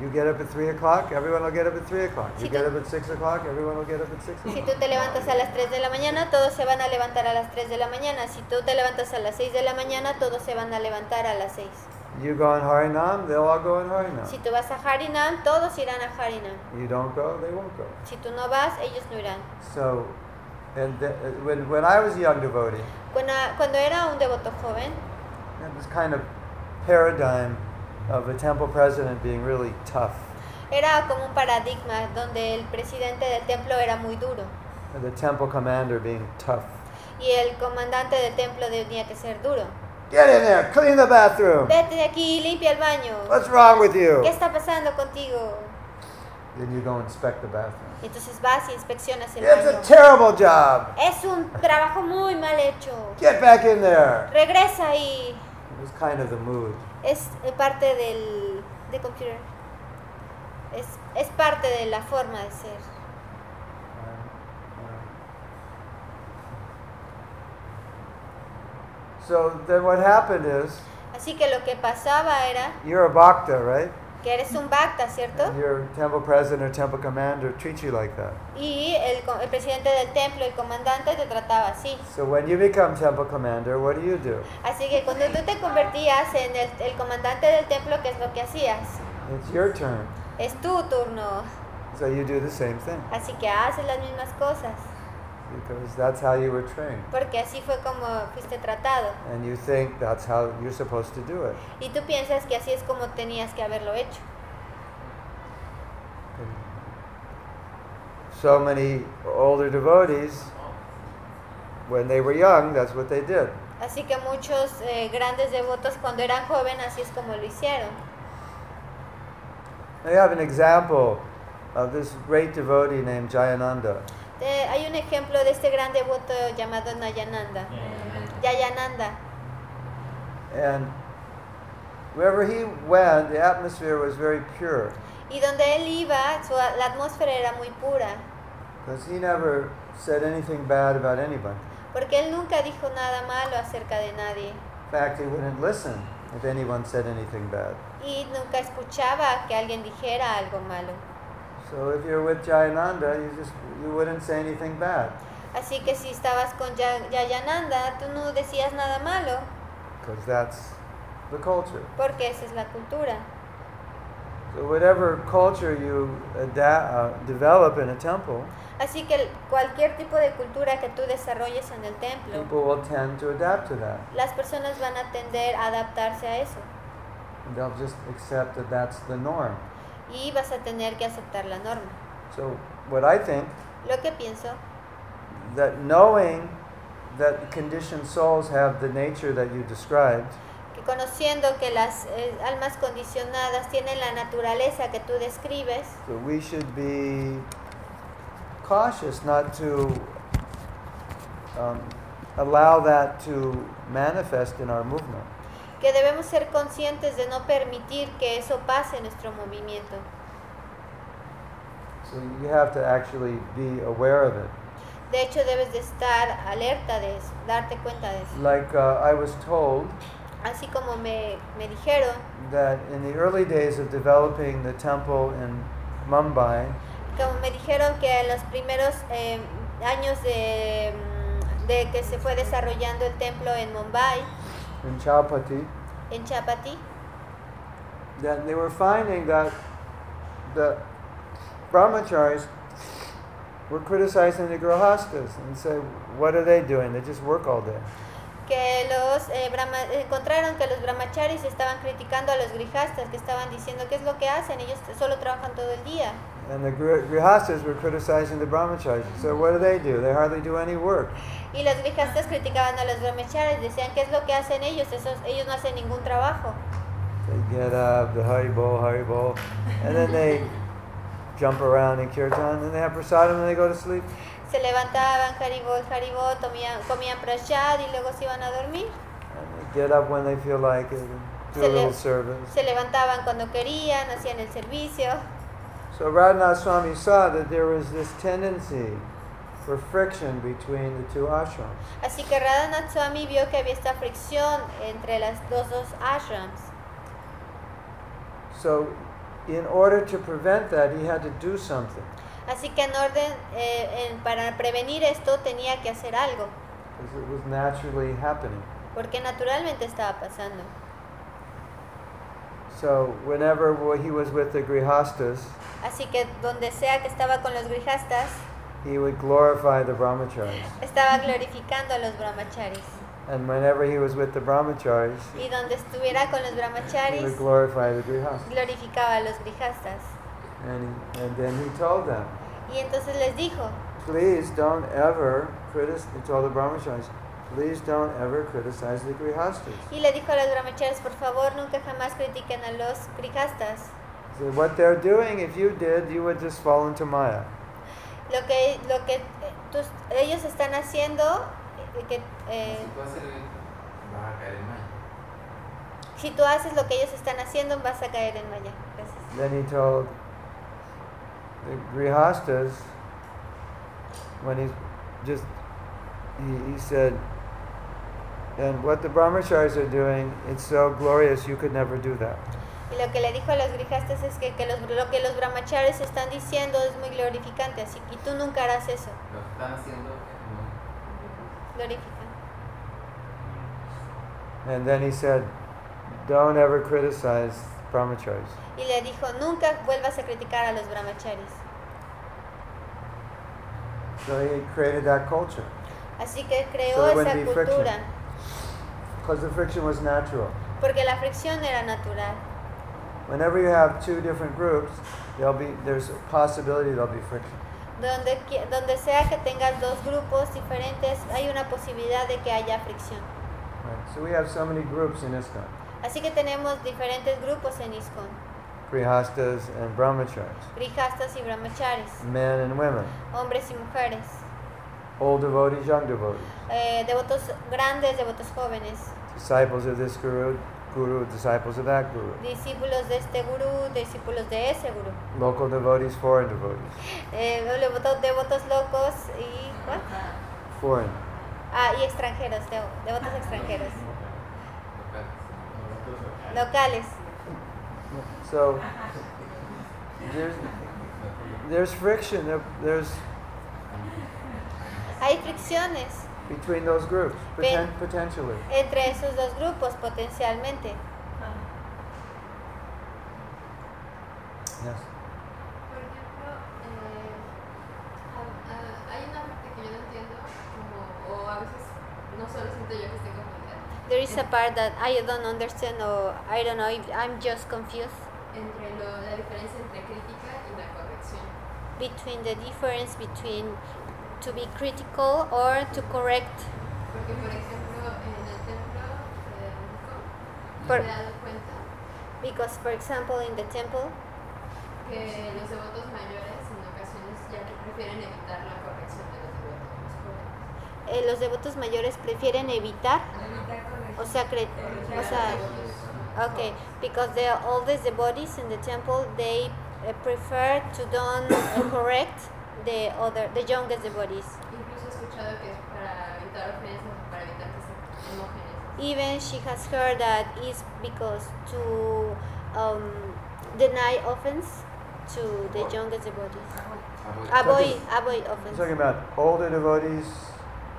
Speaker 2: You get up at 3 o'clock, everyone will get up at 3 o'clock. You
Speaker 1: Sí,
Speaker 2: get
Speaker 1: tú-
Speaker 2: up at 6 o'clock, everyone will get up at 6 o'clock.
Speaker 1: Si tú te levantas a las 3 de la mañana, todos se van a levantar a las 3 de la mañana. Si tú te levantas a las 6 de la mañana, todos se van a levantar a las 6.
Speaker 2: You go on Harinam, they'll all go on Harinam.
Speaker 1: Si tú vas a Harinam, todos irán a Harinam.
Speaker 2: You don't go, they won't go.
Speaker 1: Si tú no vas, ellos no irán.
Speaker 2: So, and th- when, when I was a young devotee,
Speaker 1: Cuando, cuando era un devoto joven,
Speaker 2: it was kind of paradigm of a temple president being really tough.
Speaker 1: era como un paradigma donde el presidente del templo era muy duro
Speaker 2: and The temple commander being tough.
Speaker 1: y el comandante del templo tenía que ser duro.
Speaker 2: Get in there, clean the bathroom.
Speaker 1: Vete de aquí, limpia el baño.
Speaker 2: What's wrong with
Speaker 1: ¿Qué
Speaker 2: you?
Speaker 1: está pasando contigo?
Speaker 2: Then you go inspect the bathroom.
Speaker 1: Y entonces vas y inspeccionas el
Speaker 2: It's
Speaker 1: baño.
Speaker 2: a terrible job.
Speaker 1: Es un trabajo muy mal hecho.
Speaker 2: Get back in there.
Speaker 1: Regresa ahí.
Speaker 2: It was kind of the mood.
Speaker 1: Es eh, parte del de computer. Es, es parte de la forma de ser.
Speaker 2: So then what happened is,
Speaker 1: Así que lo que pasaba era
Speaker 2: you're a bhakta, right?
Speaker 1: que eres un bhakta, ¿cierto?
Speaker 2: And your temple president or temple commander treats you like that.
Speaker 1: Y el, co- el presidente del templo, el comandante, te trataba así.
Speaker 2: So when you become temple commander, what do you do?
Speaker 1: Así que cuando tú te convertías en el, el comandante del templo, ¿qué es lo que hacías?
Speaker 2: It's your turn.
Speaker 1: Es tu turno.
Speaker 2: So you do the same thing
Speaker 1: Así que haces las mismas cosas.
Speaker 2: because that's how you were trained.
Speaker 1: Porque así fue como fuiste tratado.
Speaker 2: And you think that's how you're supposed to do it.
Speaker 1: Y tú piensas que así es como tenías que haberlo hecho.
Speaker 2: So many older devotees, when they were young, that's what they did.
Speaker 1: Así que muchos eh, grandes devotos cuando eran jóvenes así es como lo hicieron.
Speaker 2: Now you have an example of this great devotee named Jayananda.
Speaker 1: Eh, hay un ejemplo de este gran devoto llamado Nayananda. Yayananda.
Speaker 2: And wherever he went, the atmosphere was very pure
Speaker 1: Y donde él iba, su a- la atmósfera era muy pura,
Speaker 2: because he never said anything bad about anybody.
Speaker 1: porque él nunca dijo nada malo acerca de nadie
Speaker 2: In fact, he wouldn't listen if anyone said anything bad.
Speaker 1: y nunca escuchaba que alguien dijera algo malo.
Speaker 2: So if you're with Jayananda, you just you wouldn't say anything bad
Speaker 1: Así que si estabas con Ya- Yayananda, tú no decías nada malo,
Speaker 2: because that's the culture.
Speaker 1: porque esa es la cultura.
Speaker 2: So whatever culture you ada- uh, develop in a temple,
Speaker 1: Así que el- cualquier tipo de cultura que tú desarrolles en el templo,
Speaker 2: people will tend to adapt to that.
Speaker 1: las personas van a tender a adaptarse a eso
Speaker 2: And they'll just accept that that's the norm.
Speaker 1: y vas a tener que aceptar la norma.
Speaker 2: So what I think
Speaker 1: Lo que pienso
Speaker 2: that knowing that conditioned souls have the nature that you described,
Speaker 1: que conociendo que las eh, almas condicionadas tienen la naturaleza que tú describes,
Speaker 2: that we should be cautious not to um, allow that to manifest in our movement.
Speaker 1: que debemos ser conscientes de no permitir que eso pase en nuestro movimiento.
Speaker 2: So you have to actually be aware of it.
Speaker 1: De hecho, debes de estar alerta de eso, darte cuenta de eso.
Speaker 2: Like uh, I was told
Speaker 1: Así como me, me dijeron,
Speaker 2: that in the early days of developing the temple in Mumbai,
Speaker 1: como me dijeron que en los primeros eh, años de, mm, de que se fue desarrollando el templo en Mumbai,
Speaker 2: in Chaupati,
Speaker 1: en Chapati,
Speaker 2: that they were finding that the brahmacharis were criticizing the grihastas and say, what are they doing? They just work all day.
Speaker 1: que los eh, brahma- encontraron que los brahmacharis estaban criticando a los grijastas, que estaban diciendo qué es lo que hacen, ellos solo trabajan todo el día.
Speaker 2: And the gri- grihastas were criticizing the brahmacharis. So what do they do? They hardly do any work.
Speaker 1: Y los grijastas criticaban a los brahmacharis, decían qué es lo que hacen ellos, Esos, ellos no hacen ningún trabajo.
Speaker 2: They get up, the hari bol, hari bol, and then they jump around in kirtan, and they have prasadam, and they go to sleep.
Speaker 1: se levantaban, haribol, haribol, comían, comían prashad y luego se iban a dormir.
Speaker 2: And they get up when they feel like it and do
Speaker 1: Se
Speaker 2: a
Speaker 1: le-
Speaker 2: little service.
Speaker 1: Se levantaban cuando querían, hacían el servicio.
Speaker 2: So Radhanath Swami saw that there was this tendency for friction between the two ashrams.
Speaker 1: Así que Radhanath Swami vio que había esta fricción entre las dos, dos ashrams.
Speaker 2: So in order to prevent that, he had to do something.
Speaker 1: Así que en orden, eh, en- para prevenir esto tenía que hacer algo,
Speaker 2: Because it was naturally happening.
Speaker 1: porque naturalmente estaba pasando.
Speaker 2: So whenever wa- he was with the grihastas,
Speaker 1: Así que donde sea que estaba con los grijastas,
Speaker 2: he would glorify the brahmacharis.
Speaker 1: estaba glorificando a los brahmacharis.
Speaker 2: And whenever he was with the brahmacharis,
Speaker 1: Y donde estuviera con los
Speaker 2: he
Speaker 1: brahmacharis,
Speaker 2: would glorify the grihastas.
Speaker 1: glorificaba a los grijastas.
Speaker 2: And, he, and then he told them,
Speaker 1: Y entonces les dijo,
Speaker 2: please don't ever criticize, he told the brahmacharis, please don't ever criticize the grihastas.
Speaker 1: y le dijo a los brahmacharis, por favor, nunca jamás critiquen a los grijastas.
Speaker 2: He said, what they're doing, if you did, you would just fall into maya.
Speaker 1: Lo que, lo que eh, tus- ellos están haciendo, eh, que, eh,
Speaker 4: Si tú haces el- vas a caer en mal.
Speaker 1: si tú haces lo que ellos están haciendo, vas a caer en maya. Gracias.
Speaker 2: Then he told the grihastas when he just he, he said, and what the brahmacharis are doing, it's so glorious you could never do that.
Speaker 1: Y lo que le dijo a los grijastas es que, que los- lo que los brahmacharis están diciendo es muy glorificante, así que tú nunca harás eso.
Speaker 4: Lo que están haciendo es muy.
Speaker 1: Glorificante.
Speaker 6: Mm.
Speaker 2: And then he said, don't ever criticize brahmacharis.
Speaker 1: Y le dijo, nunca vuelvas a criticar a los brahmacharis.
Speaker 2: So he created that culture
Speaker 1: Así que
Speaker 2: So
Speaker 1: creó
Speaker 2: there
Speaker 1: esa
Speaker 2: wouldn't be friction.
Speaker 1: cultura,
Speaker 2: because the friction was natural.
Speaker 1: porque la fricción era natural.
Speaker 2: Whenever you have two different groups, there'll be there's a possibility there'll be friction.
Speaker 1: Donde, qui- donde sea que tengas dos grupos diferentes, hay una posibilidad de que haya fricción.
Speaker 2: Right? So we have so many groups in ISKCON.
Speaker 1: Así que tenemos diferentes grupos en ISKCON,
Speaker 2: grihastas and brahmacharis,
Speaker 1: grijastas y brahmacharis,
Speaker 2: men and women,
Speaker 1: hombres y mujeres,
Speaker 2: old devotees, young devotees,
Speaker 1: eh, devotos grandes, devotos jóvenes,
Speaker 2: disciples of this guru, guru, disciples of that guru,
Speaker 1: discípulos de este gurú, discípulos de ese gurú,
Speaker 2: local devotees, foreign devotees,
Speaker 1: eh, devotos, devotos locos y, ¿what?
Speaker 2: foreign.
Speaker 1: Ah, y extranjeros, de- devotos extranjeros,
Speaker 4: locales.
Speaker 1: locales.
Speaker 2: So there's there's friction. There, there's
Speaker 1: Hay fricciones
Speaker 2: between those groups poten- potentially.
Speaker 1: entre esos dos grupos potencialmente.
Speaker 2: Yes.
Speaker 3: Por ejemplo, eh, a- a- hay una parte que yo no entiendo, como, o a veces no solo siento yo que estoy confundida,
Speaker 1: There is a part that I don't understand or I don't know if I'm just confused
Speaker 3: entre lo- la diferencia entre crítica y la corrección.
Speaker 1: between the difference between to be critical or to correct.
Speaker 3: Porque, por ejemplo, en el templo de México,
Speaker 1: Por-
Speaker 3: me he dado cuenta
Speaker 1: Because for example in the temple
Speaker 3: que los devotos mayores en ocasiones ya que prefieren evitar la corrección de los devotos más jóvenes.
Speaker 1: eh, los devotos mayores prefieren evitar, o sea, cre- o sea, okay, because the oldest devotees in the temple they eh, prefer to don't eh, correct the other the youngest devotees.
Speaker 3: Incluso he escuchado que es para evitar ofensas, para evitar que se enojen.
Speaker 1: even she has heard that is because to um, deny offense to the youngest devotees. Avoid, avoid
Speaker 2: I'm talking
Speaker 1: offense.
Speaker 2: about older devotees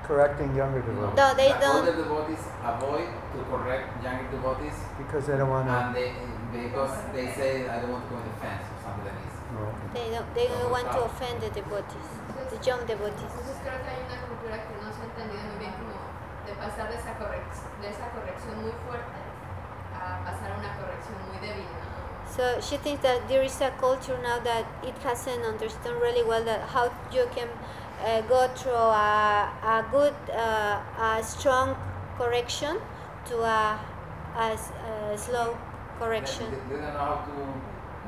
Speaker 2: correcting younger devotees
Speaker 1: No, they
Speaker 4: Like
Speaker 1: don't-
Speaker 4: Older devotees avoid to correct younger devotees,
Speaker 2: because they don't want
Speaker 4: and
Speaker 2: to.
Speaker 4: they because they say I don't want to go on the fence or something like this.
Speaker 1: They don't, they don't want to offend the devotees, the young devotees.
Speaker 3: Entonces creo que hay una cultura que no se ha entendido muy bien como de pasar de esa, correc- de esa corrección muy fuerte a pasar a una corrección muy débil. ¿no?
Speaker 1: So she thinks that there is a culture now that it hasn't understood really well that how you can uh, go through a, a good, uh, a strong correction to a, a s- a slow correction.
Speaker 4: They, they don't know how to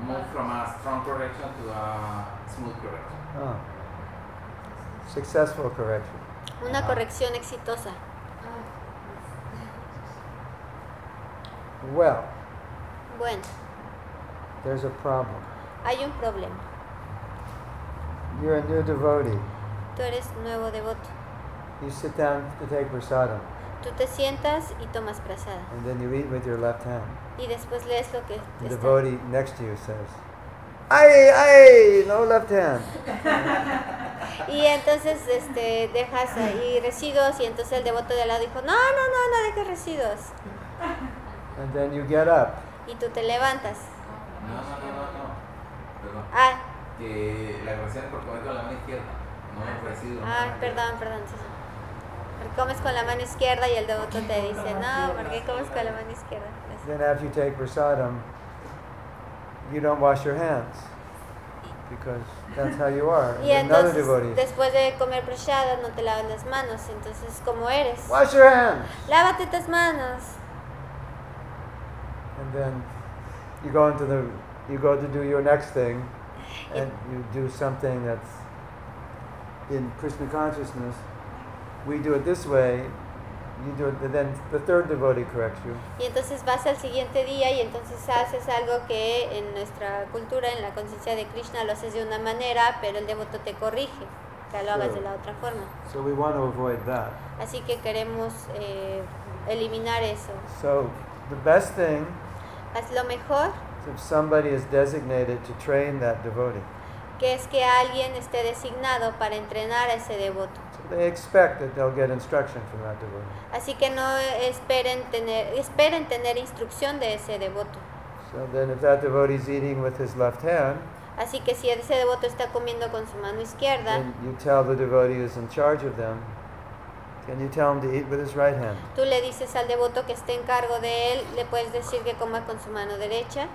Speaker 4: move from a strong correction to a smooth correction.
Speaker 2: Oh. Successful correction.
Speaker 1: Una corrección exitosa.
Speaker 2: Well,
Speaker 1: Bueno,
Speaker 2: there's a problem.
Speaker 1: hay un problema.
Speaker 2: You're a new devotee.
Speaker 1: Tú eres nuevo devoto.
Speaker 2: You sit down to take prasadam,
Speaker 1: Tú te sientas y tomas prasada.
Speaker 2: and then you eat with your left hand.
Speaker 1: Y después lees lo que
Speaker 2: The
Speaker 1: está.
Speaker 2: devotee next to you says, "Ay, ay, no left hand."
Speaker 1: Y entonces este, dejas ahí residuos y entonces el devoto de al lado dijo, no, no, no, no dejes residuos.
Speaker 2: And then you get up.
Speaker 1: Y tú te levantas.
Speaker 4: No, no, no, no, no. Perdón.
Speaker 1: Ah,
Speaker 4: Que la corrección es por comer con la mano izquierda. No los residuos.
Speaker 1: ah, perdón, perdón. sí, sí. Porque comes con la mano izquierda y el devoto te dice, no, porque comes con la mano izquierda. Así.
Speaker 2: Then after you take prasadam, you don't wash your hands because that's how you are.
Speaker 1: Y
Speaker 2: And another
Speaker 1: entonces,
Speaker 2: devotee,
Speaker 1: después de comer prasada, no te lavas las manos. Entonces, como eres?
Speaker 2: wash your hands,
Speaker 1: Lávate tus manos.
Speaker 2: and then you go into the you go to do your next thing, and you do something that's in Krishna consciousness. We do it this way. You do it. Then the third devotee corrects you.
Speaker 1: Y entonces vas al siguiente día y entonces haces algo que en nuestra cultura, en la conciencia de Krishna, lo haces de una manera, pero el devoto te corrige, que lo hagas de la otra forma.
Speaker 2: So we want to avoid that.
Speaker 1: Así que queremos eh, eliminar eso.
Speaker 2: So the best thing
Speaker 1: Haz lo mejor
Speaker 2: is if somebody is designated to train that devotee.
Speaker 1: que es que alguien esté designado para entrenar a ese devoto.
Speaker 2: So they expect that they'll get instruction from that devotee.
Speaker 1: Así que no esperen tener, esperen tener instrucción de ese devoto.
Speaker 2: So then if that devotee's eating with his left hand,
Speaker 1: Así que si ese devoto está comiendo con su mano izquierda,
Speaker 2: then you tell the devotee who's in charge of them, can you tell him to eat with his right hand?
Speaker 1: Tú le dices al devoto que esté en cargo de él, le puedes decir que coma con su mano derecha.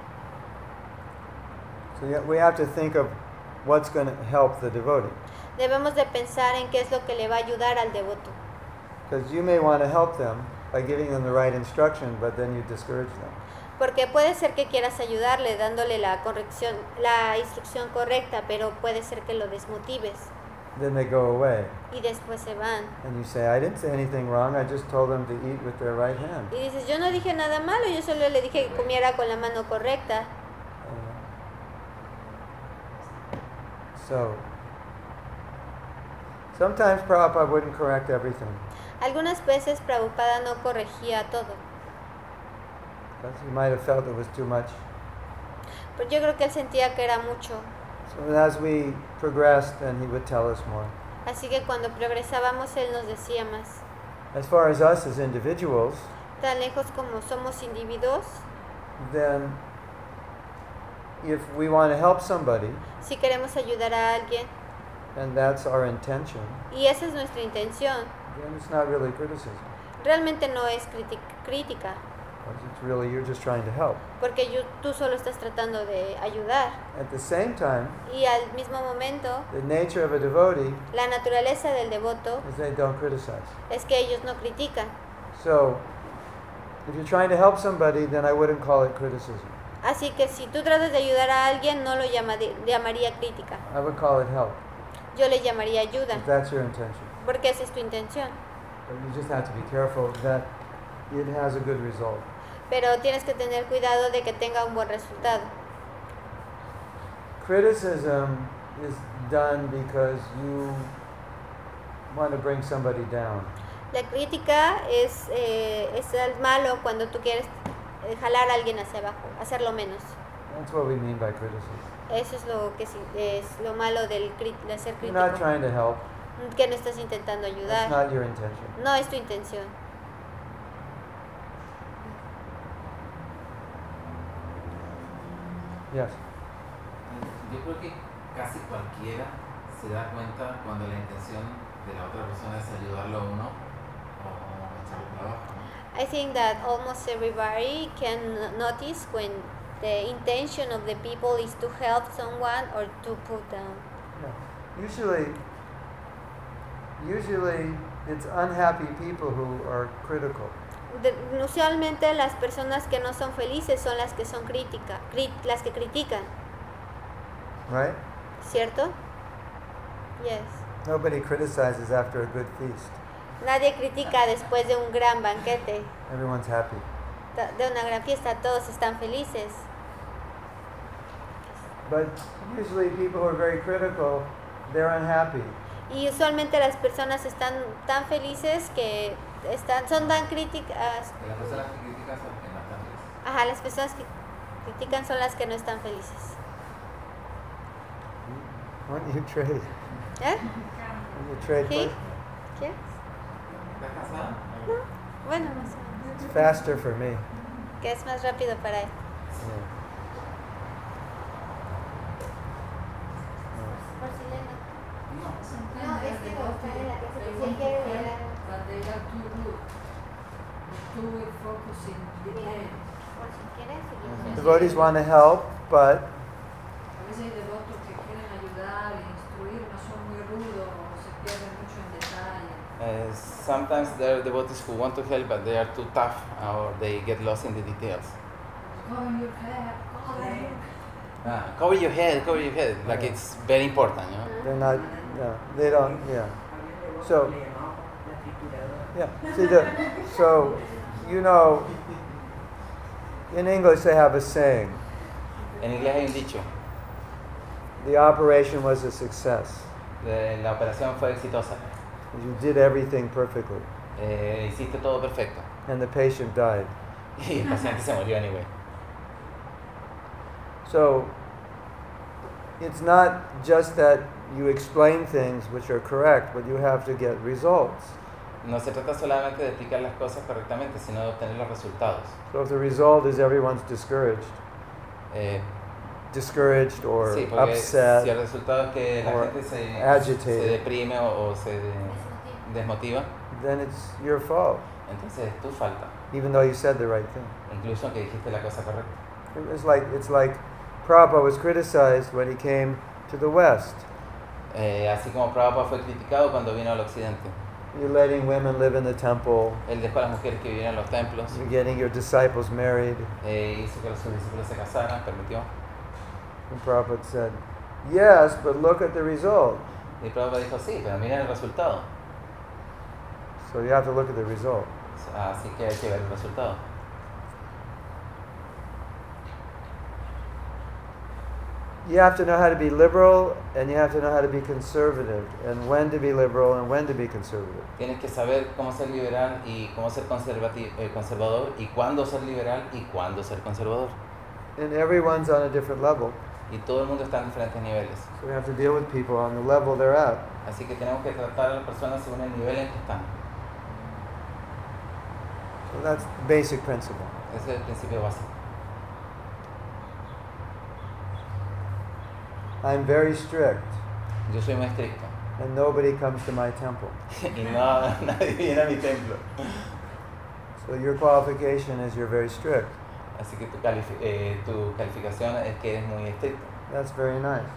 Speaker 2: So yeah, we have to think of what's going to help the devotee.
Speaker 1: Debemos de pensar en qué es lo que le va a ayudar al devoto.
Speaker 2: Because you may want to help them by giving them the right instruction, but then you discourage them.
Speaker 1: Porque puede ser que quieras ayudarle dándole la corrección, la instrucción correcta, pero puede ser que lo desmotives
Speaker 2: Then they go away.
Speaker 1: y después se van.
Speaker 2: And you say, I didn't say anything wrong, I just told them to eat with their right hand.
Speaker 1: Y dices, yo no dije nada malo, yo solo le dije que comiera con la mano correcta.
Speaker 2: Uh, So, sometimes Prabhupada wouldn't correct everything
Speaker 1: Algunas veces Prabhupada no corregía todo,
Speaker 2: because he might have felt it was too much.
Speaker 1: pero yo creo que él sentía que era mucho.
Speaker 2: So, as we progressed, then he would tell us more.
Speaker 1: Así que cuando progresábamos él nos decía más.
Speaker 2: As far as us as individuals,
Speaker 1: tan lejos como somos individuos,
Speaker 2: then if we want to help somebody,
Speaker 1: si queremos ayudar a alguien
Speaker 2: and that's our intention,
Speaker 1: y esa es nuestra intención,
Speaker 2: then it's not really criticism.
Speaker 1: realmente no es criti- crítica,
Speaker 2: 'cause It's really you're just trying to help.
Speaker 1: porque yo- tú solo estás tratando de ayudar.
Speaker 2: At the same time,
Speaker 1: Y al mismo momento,
Speaker 2: the nature of a devotee
Speaker 1: la naturaleza del devoto
Speaker 2: is they don't criticize.
Speaker 1: es que ellos no critican.
Speaker 2: So, if you're trying to help somebody, then I wouldn't call it criticism.
Speaker 1: Así que si tú tratas de ayudar a alguien, no lo llama- llamaría crítica,
Speaker 2: I would call it help,
Speaker 1: yo le llamaría ayuda,
Speaker 2: if that's your intention.
Speaker 1: porque esa es tu intención.
Speaker 2: But you just have to be careful that it has a good result.
Speaker 1: Pero tienes que tener cuidado de que tenga un buen resultado.
Speaker 2: Criticism is done because you want to bring somebody down.
Speaker 1: La crítica es, eh, es el malo cuando tú quieres eh, jalar a alguien hacia abajo, hacerlo menos.
Speaker 2: That's what we mean by criticism.
Speaker 1: Eso es lo que sí- es lo malo del cri- de ser
Speaker 2: You're not
Speaker 1: crítico,
Speaker 2: trying to help.
Speaker 1: que no estás intentando
Speaker 2: That's
Speaker 1: ayudar.
Speaker 2: not your intention.
Speaker 1: No es tu intención.
Speaker 2: Yes.
Speaker 4: Yo creo que casi cualquiera se da cuenta cuando la intención de la otra persona es ayudarlo a uno o echarle trabajo. ¿no?
Speaker 1: I think that almost everybody can notice when the intention of the people is to help someone or to put down.
Speaker 2: Yeah. Usually, usually it's unhappy people who are critical.
Speaker 1: De- usualmente las personas que no son felices son las que son crítica, cri- las que critican.
Speaker 2: Right?
Speaker 1: ¿Cierto? Yes.
Speaker 2: Nobody criticizes after a good feast.
Speaker 1: Nadie critica después de un gran banquete,
Speaker 2: Everyone's happy.
Speaker 1: ta- de una gran fiesta, todos están felices.
Speaker 2: But usually people who are very critical, they're unhappy.
Speaker 1: Y usualmente las personas están tan felices que están, son tan críticas.
Speaker 4: Que las personas que critican son que no están felices.
Speaker 1: Ajá, las personas que critican son las que no están felices.
Speaker 2: Why don't you trade?
Speaker 1: ¿Eh?
Speaker 2: Why don't You trade
Speaker 1: ¿Sí?
Speaker 2: places?
Speaker 1: ¿Quieres?
Speaker 4: ¿Estás casada?
Speaker 1: Bueno, más o menos.
Speaker 2: It's faster for me.
Speaker 1: Que es más rápido para él.
Speaker 2: Yeah.
Speaker 1: Por si le
Speaker 3: No, es que como está en la clase que sí que era-
Speaker 1: por si quieres.
Speaker 2: Devotees want to help, but
Speaker 7: A veces hay devotos que quieren ayudar e instruir, no son muy rudos, o se pierden mucho en detalle.
Speaker 4: Uh, sometimes there are devotees who want to help, but they are too tough or they get lost in the details.
Speaker 7: Go in your head, go there.
Speaker 4: Ah, cover your head, cover your head. Like
Speaker 2: Yeah.
Speaker 4: it's very important, you know.
Speaker 2: they're not, no, they don't, yeah. So-
Speaker 8: Le llamamos la trituradora.
Speaker 2: Yeah. See the, so, you know, in English they have a saying
Speaker 4: En inglés hay un dicho:
Speaker 2: the operation was a success.
Speaker 4: de- eh, la operación fue exitosa.
Speaker 2: You did everything perfectly,
Speaker 4: Eh, hiciste todo perfecto.
Speaker 2: and the patient died.
Speaker 4: Y el paciente se murió anyway.
Speaker 2: So, it's not just that you explain things which are correct, but you have to get results.
Speaker 4: No se trata solamente de explicar las cosas correctamente, sino de obtener los resultados.
Speaker 2: So, if the result is everyone's discouraged,
Speaker 4: Eh,
Speaker 2: discouraged or
Speaker 4: sí, porque si el
Speaker 2: upset,
Speaker 4: resultado es que la
Speaker 2: or
Speaker 4: gente se,
Speaker 2: agitated.
Speaker 4: se deprime o, o se de- desmotiva,
Speaker 2: then it's your fault,
Speaker 4: entonces es tu falta,
Speaker 2: even though you said the right thing.
Speaker 4: incluso aunque dijiste la cosa correcta.
Speaker 2: It was like it's like Prabhupada was criticized when he came to the West.
Speaker 4: Eh, así como Prabhupada fue criticado cuando vino al occidente.
Speaker 2: You're letting women live in the temple.
Speaker 4: Él dejó a las mujeres que vivían en los templos,
Speaker 2: You're getting your disciples married.
Speaker 4: eh, hizo que los sus discípulos se casaran, permitió.
Speaker 2: And Prabhupada said, Yes, but look at the result.
Speaker 4: Y Prabhupada dijo, sí, pero mira el resultado.
Speaker 2: So you have to look at the result.
Speaker 4: Así que hay que ver el resultado.
Speaker 2: You have to know how to be liberal and you have to know how to be conservative and when to be liberal and when to be conservative.
Speaker 4: Tienes que saber cómo ser liberal y cómo ser conservati- eh, conservador y cuándo ser liberal y cuándo ser conservador.
Speaker 2: And everyone's on a different level,
Speaker 4: Y todo el mundo está en diferentes niveles.
Speaker 2: so we have to deal with people on the level they're at.
Speaker 4: Así que tenemos que tratar a las personas según el nivel en que están.
Speaker 2: So that's the basic principle.
Speaker 4: Ese es el principio básico.
Speaker 2: I'm very strict
Speaker 4: Yo soy muy estricto
Speaker 2: and nobody comes to my temple.
Speaker 4: y no, nadie viene a mi templo.
Speaker 2: So your qualification is you're very strict.
Speaker 4: Así que tu, califi- eh, tu calificación es que eres muy estricto.
Speaker 2: That's very nice.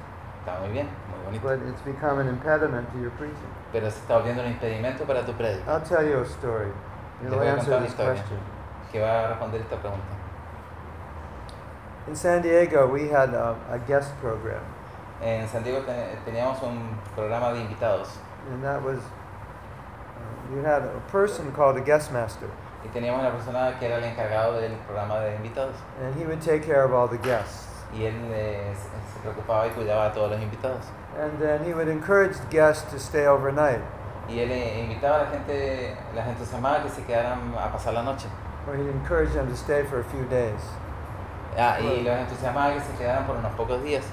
Speaker 4: Está muy bien, muy bonito.
Speaker 2: But it's become an impediment to your preaching.
Speaker 4: Pero se está volviendo un impedimento para tu prédica,
Speaker 2: I'll tell you a story.
Speaker 4: Te
Speaker 2: You'll
Speaker 4: voy a
Speaker 2: answer
Speaker 4: contar una
Speaker 2: this
Speaker 4: historia.
Speaker 2: question.
Speaker 4: que va a responder esta pregunta.
Speaker 2: In San Diego, we had a, a guest program,
Speaker 4: En San Diego te- teníamos un programa de invitados
Speaker 2: and that was uh, you had a person called a guest master,
Speaker 4: y teníamos una persona que era el encargado del programa de invitados
Speaker 2: and he would take care of all the guests.
Speaker 4: y él eh, se se preocupaba y cuidaba a todos los invitados
Speaker 2: And then he would encourage guests to stay overnight,
Speaker 4: y él eh, invitaba a la gente, las entusiasmaba que se quedaran a pasar la noche
Speaker 2: or he'd encourage them to stay for a few days.
Speaker 4: ah, y los entusiasmaba que se quedaran por unos pocos días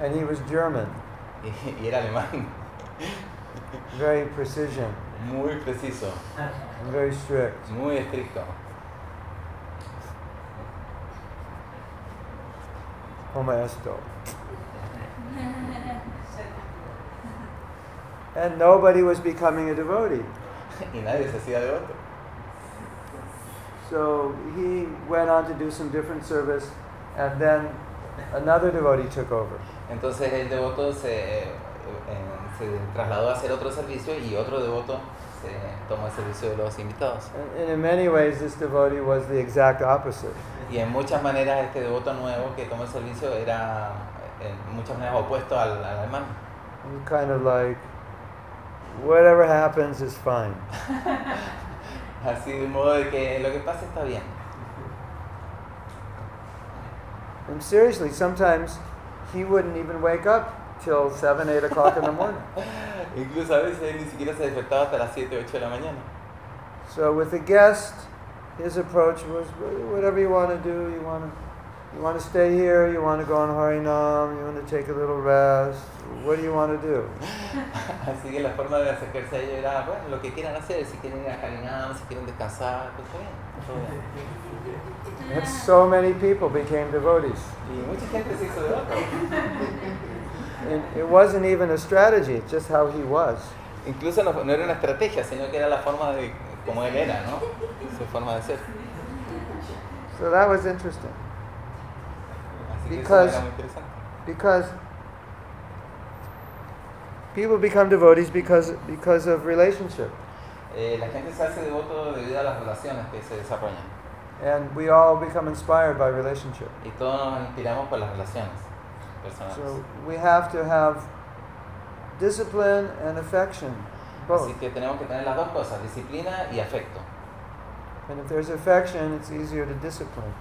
Speaker 2: And he was German,
Speaker 4: y, y era alemán
Speaker 2: very precision,
Speaker 4: muy preciso,
Speaker 2: and very strict.
Speaker 4: muy estricto
Speaker 2: Como esto. And nobody was becoming a devotee.
Speaker 4: y nadie se hacía de otro
Speaker 2: So he went on to do some different service, and then another devotee took over.
Speaker 4: entonces el devoto se, eh, se trasladó a hacer otro servicio y otro devoto se tomó el servicio de los invitados
Speaker 2: And, and in many ways, this devotee was the exact opposite.
Speaker 4: Y en muchas maneras eh, este devoto nuevo que tomó el servicio era en muchas maneras opuesto al, al alemán.
Speaker 2: I'm kind of like, whatever happens is fine.
Speaker 4: Así de modo de que lo que pasa está bien.
Speaker 2: And seriously, sometimes he wouldn't even wake up till 7, 8 o'clock in the morning.
Speaker 4: Incluso a veces él ni siquiera se despertaba hasta las 7, 8 de la mañana.
Speaker 2: So with the guest, his approach was "Wh- whatever you want to do, you want to. You want to stay here, you want to go on Harinam, you want to take a little rest, what do you want to do?
Speaker 4: Así que la forma de acercarse a ellos era, bueno, lo que quieran hacer, si quieren ir a caminar, si quieren descansar, pues está bien, todo bien.
Speaker 2: And so many people became devotees.
Speaker 4: Y mucha gente se hizo devota.
Speaker 2: And it wasn't even a strategy, it's just how he was.
Speaker 4: Incluso no, no era una estrategia, sino que era la forma de como él era, ¿no? Su forma de ser.
Speaker 2: So that was interesting.
Speaker 4: Así que eso
Speaker 2: Because-
Speaker 4: era muy interesante.
Speaker 2: Because people become devotees because, because of relationship.
Speaker 4: Eh, la gente se hace devoto debido a las relaciones que se desarrollan.
Speaker 2: And we all become inspired by relationship.
Speaker 4: Y todos nos inspiramos por las relaciones personales.
Speaker 2: So we have to have discipline and affection,
Speaker 4: Así
Speaker 2: both.
Speaker 4: que tenemos que tener las dos cosas, disciplina y afecto.
Speaker 2: And if there's affection, it's easier to discipline.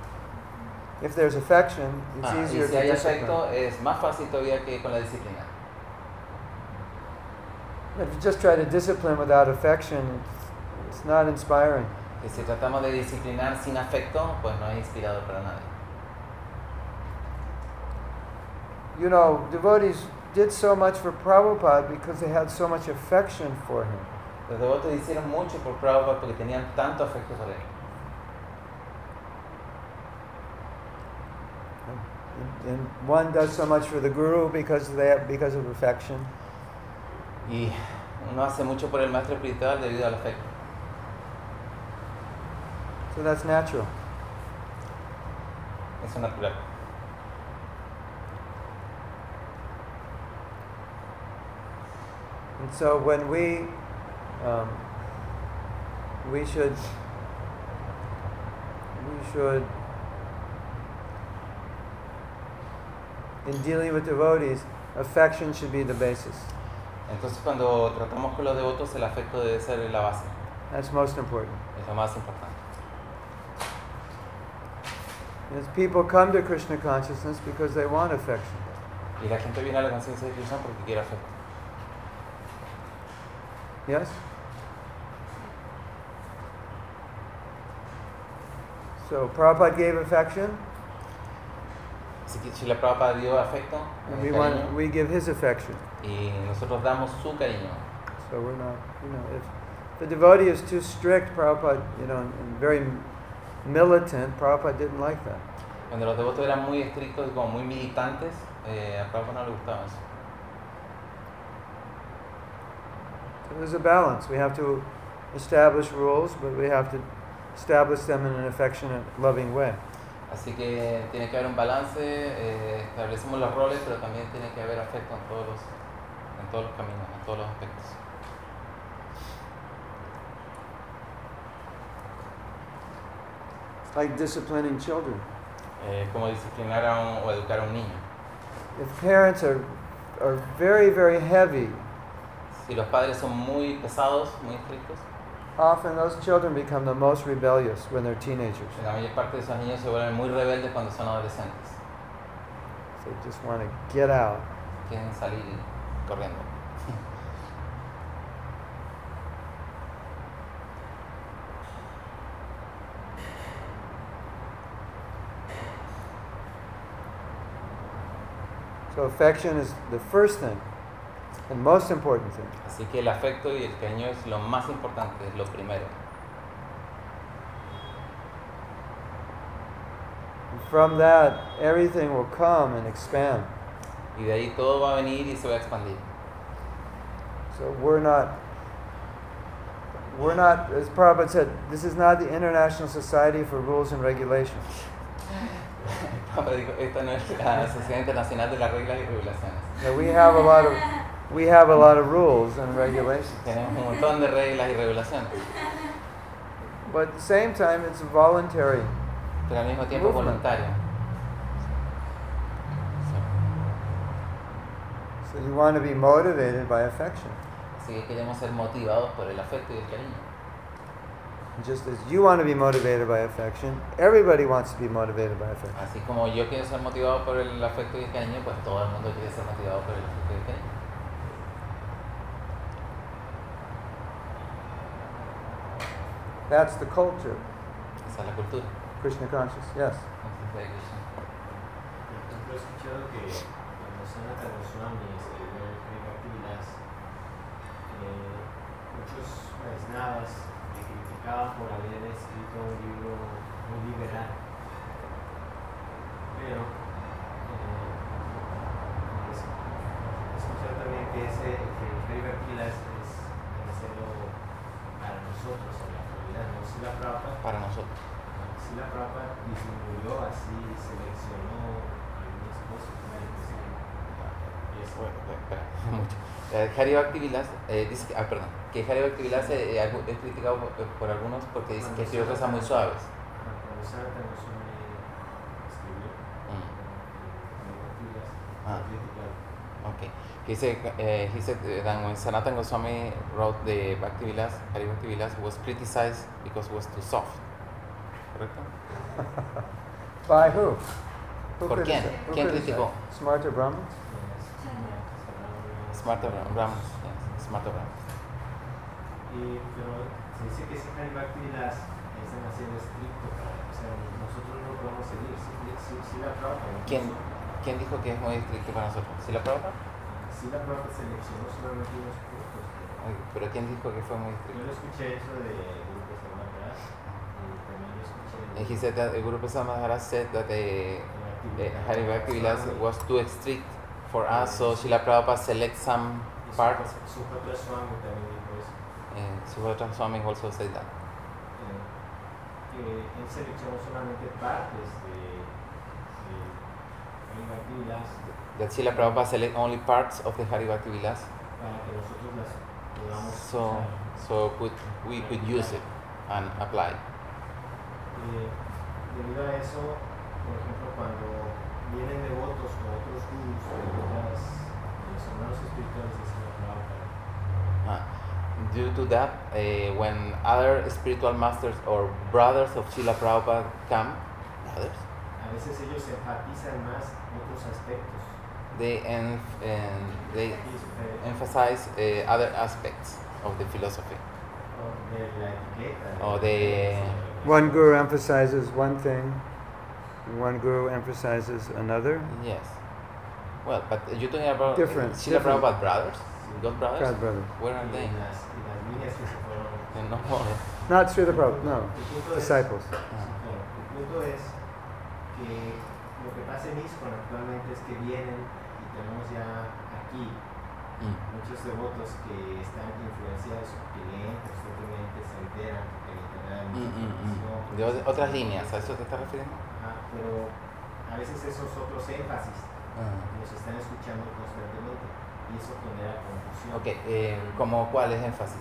Speaker 2: If there's affection, it's
Speaker 4: Ah, y
Speaker 2: easier
Speaker 4: si
Speaker 2: to
Speaker 4: hay
Speaker 2: discipline.
Speaker 4: afecto, es más fácil todavía que con la disciplina.
Speaker 2: If you just try to discipline without affection, it's, it's not inspiring.
Speaker 4: Que si tratamos de disciplinar sin afecto, pues no es inspirador para nadie.
Speaker 2: You know, devotees did so much for Prabhupada because they had so much affection for him.
Speaker 4: Los devotos hicieron mucho por Prabhupada porque tenían tanto afecto por él.
Speaker 2: And, and one does so much for the guru because they because of affection.
Speaker 4: Y uno hace mucho por el maestro espiritual debido al afecto.
Speaker 2: So that's natural.
Speaker 4: Eso es natural.
Speaker 2: And so when we um, we should we should in dealing with devotees, affection should be the basis.
Speaker 4: Entonces cuando tratamos con los devotos, el afecto debe ser la base.
Speaker 2: That's most important.
Speaker 4: Es lo más importante.
Speaker 2: Because people come to Krishna consciousness because they want affection.
Speaker 4: Y la gente viene a la conciencia de Krishna porque quiere afecto.
Speaker 2: Yes? So Prabhupada gave affection,
Speaker 4: Así que si la Prabhupada dio afecto,
Speaker 2: and
Speaker 4: eh,
Speaker 2: we,
Speaker 4: cariño,
Speaker 2: want, we give his affection.
Speaker 4: y nosotros damos su cariño.
Speaker 2: So we're not, you know, if the devotee is too strict, Prabhupada, you know, and, and very militant, Prabhupada didn't like that.
Speaker 4: Cuando los devotos eran muy estrictos y como muy militantes, eh, a Prabhupada no le gustaba eso.
Speaker 2: So there's a balance. We have to establish rules, but we have to establish them in an affectionate, loving way.
Speaker 4: Así que tiene que haber un balance, eh, establecemos los roles, pero también tiene que haber afecto en todos los, en todos los caminos, en todos los aspectos.
Speaker 2: It's like disciplining children.
Speaker 4: Eh, como disciplinar a un- o educar a un niño.
Speaker 2: If parents are, are very, very heavy,
Speaker 4: Si los padres son muy pesados, muy estrictos,
Speaker 2: often those children become the most rebellious when they're teenagers.
Speaker 4: la mayor parte de esos niños se vuelven muy rebeldes cuando son adolescentes.
Speaker 2: They just want to get out.
Speaker 4: Quieren salir corriendo.
Speaker 2: So affection is the first thing and most important thing.
Speaker 4: Así que el afecto y el cariño es lo más importante, es lo primero.
Speaker 2: And from that, everything will come and expand.
Speaker 4: Y de ahí todo va a venir y se va a expandir.
Speaker 2: So we're not, we're not, as Prabhupada said, this is not the International Society for Rules and Regulations.
Speaker 4: Papa dijo, esta no es la Sociedad Internacional de las Reglas y Regulaciones.
Speaker 2: Now we have a lot of, we have a lot of rules and regulations.
Speaker 4: Tenemos un montón de reglas y regulaciones,
Speaker 2: But at the same time, it's voluntary.
Speaker 4: pero al mismo tiempo
Speaker 2: Movement.
Speaker 4: voluntario.
Speaker 2: So you want to be motivated by affection.
Speaker 4: Así que queremos ser motivados por el afecto y el cariño.
Speaker 2: And just as you want to be motivated by affection, everybody wants to be motivated by affection.
Speaker 4: Así como yo quiero ser motivado por el afecto y el cariño, pues todo el mundo quiere ser motivado por el afecto y el cariño.
Speaker 2: That's the culture.
Speaker 4: Esa es la cultura.
Speaker 2: Krishna conscious, yes.
Speaker 4: Entonces, ahí está.
Speaker 6: Yo he escuchado que cuando Sanatan Goswami escribió el Bhagavad eh, muchos Vaisnavas le criticaban por haber escrito un libro muy liberal. Pero eh, es- he escuchado también que, ese, que el Bhagavad es debe serlo para nosotros en la actualidad, no si la Prabhupada
Speaker 4: Para nosotros.
Speaker 6: si la Prabhupada distribuyó así, seleccionó algunas cosas para Y es
Speaker 4: Bueno, espera, mucho. Eh, Hari Bhakti Vilas, eh, dice que, ah, perdón, que Hari Bhakti Vilas eh, eh, algu- es criticado por, eh, por algunos porque dicen que escribió cosas muy suaves.
Speaker 6: cuando Sartre nos escribió,
Speaker 4: Mm,
Speaker 6: negativas,
Speaker 4: Ah.
Speaker 6: criticar.
Speaker 4: okay. He said, eh, he said eh, that when Sanatan Goswami wrote the Bhakti Vilas, Hari Bhakti Vilas was criticized because it was too soft. ¿Correcto?
Speaker 2: By who?
Speaker 4: ¿Por
Speaker 2: criti-
Speaker 4: quién?
Speaker 2: who
Speaker 4: ¿Quién
Speaker 2: criticized?
Speaker 4: criticó?
Speaker 2: Smarter Brahmins?
Speaker 4: Smart Abraham, Ramos, yes, Smart Abraham.
Speaker 6: Y, pero se dice que ese Haribakti Vilas es demasiado estricto para, o sea, nosotros no lo podemos seguir, si, si, si la Prabhupada.
Speaker 4: ¿Quién? ¿Quién dijo que es muy estricto para nosotros? ¿Sí la prueba?
Speaker 6: Si la Prabhupada seleccionó solamente unos puntos.
Speaker 4: Pero ¿quién dijo que fue muy
Speaker 6: Yo
Speaker 4: estricto?
Speaker 6: lo escuché eso de grupos de Maharaj y también lo escuché
Speaker 4: And Eh, he said that Guru Prasad Maharaj said that the
Speaker 6: en
Speaker 4: the
Speaker 6: la
Speaker 4: Hari
Speaker 6: actividad.
Speaker 4: Bhakti Vilas was too strict for us, so Srila Prabhupada select some
Speaker 6: Y su-
Speaker 4: parts.
Speaker 6: Su propio Swami también dijo eso.
Speaker 4: And Subhadra Swami also said that.
Speaker 6: eh, que él seleccionó solamente partes de, de Hari Bhakti Vilas
Speaker 4: That Srila Prabhupada select only parts of the Hari Bhakti Vilas,
Speaker 6: para que nosotros las podamos
Speaker 4: so,
Speaker 6: usar.
Speaker 4: so could, we could use it and apply.
Speaker 6: Eh, debido a eso, por ejemplo, cuando vienen devotos o otros gurus de otras de los hermanos espirituales de Sri Prabhupada,
Speaker 4: Uh, due to that, eh, when other spiritual masters or brothers of Srila Prabhupada come, brothers,
Speaker 6: a veces ellos enfatizan más otros aspectos.
Speaker 4: they, en- en- they
Speaker 6: Y este,
Speaker 4: emphasize eh, other aspects of the philosophy.
Speaker 6: o de la etiqueta.
Speaker 4: O de-
Speaker 2: One guru emphasizes one thing, one guru emphasizes another.
Speaker 4: Yes. Well, but you're talking about
Speaker 2: Different,
Speaker 4: Srila
Speaker 2: different.
Speaker 4: Prabhupada brothers, God brothers.
Speaker 2: God brother.
Speaker 4: Where
Speaker 6: Y
Speaker 4: are they?
Speaker 6: las, y las líneas que se fueron.
Speaker 4: They're no more.
Speaker 2: Not Srila Prabhupada, no.
Speaker 6: El punto es-
Speaker 2: Disciples.
Speaker 6: sí,
Speaker 2: Ah.
Speaker 6: claro. El punto es que lo que pasa en ISKCON actualmente es que vienen y tenemos ya aquí
Speaker 4: Mm.
Speaker 6: muchos devotos que están influenciados que leen constantemente, se enteran porque el internet hay
Speaker 4: Mm,
Speaker 6: mucha
Speaker 4: mm, mm.
Speaker 6: información.
Speaker 4: De ot- otras líneas, ¿a eso te estás refiriendo?
Speaker 6: Ajá, pero a veces esos otros énfasis
Speaker 2: Ah.
Speaker 6: nos están escuchando constantemente y eso genera confusión.
Speaker 4: Ok, eh, ¿como cuál es énfasis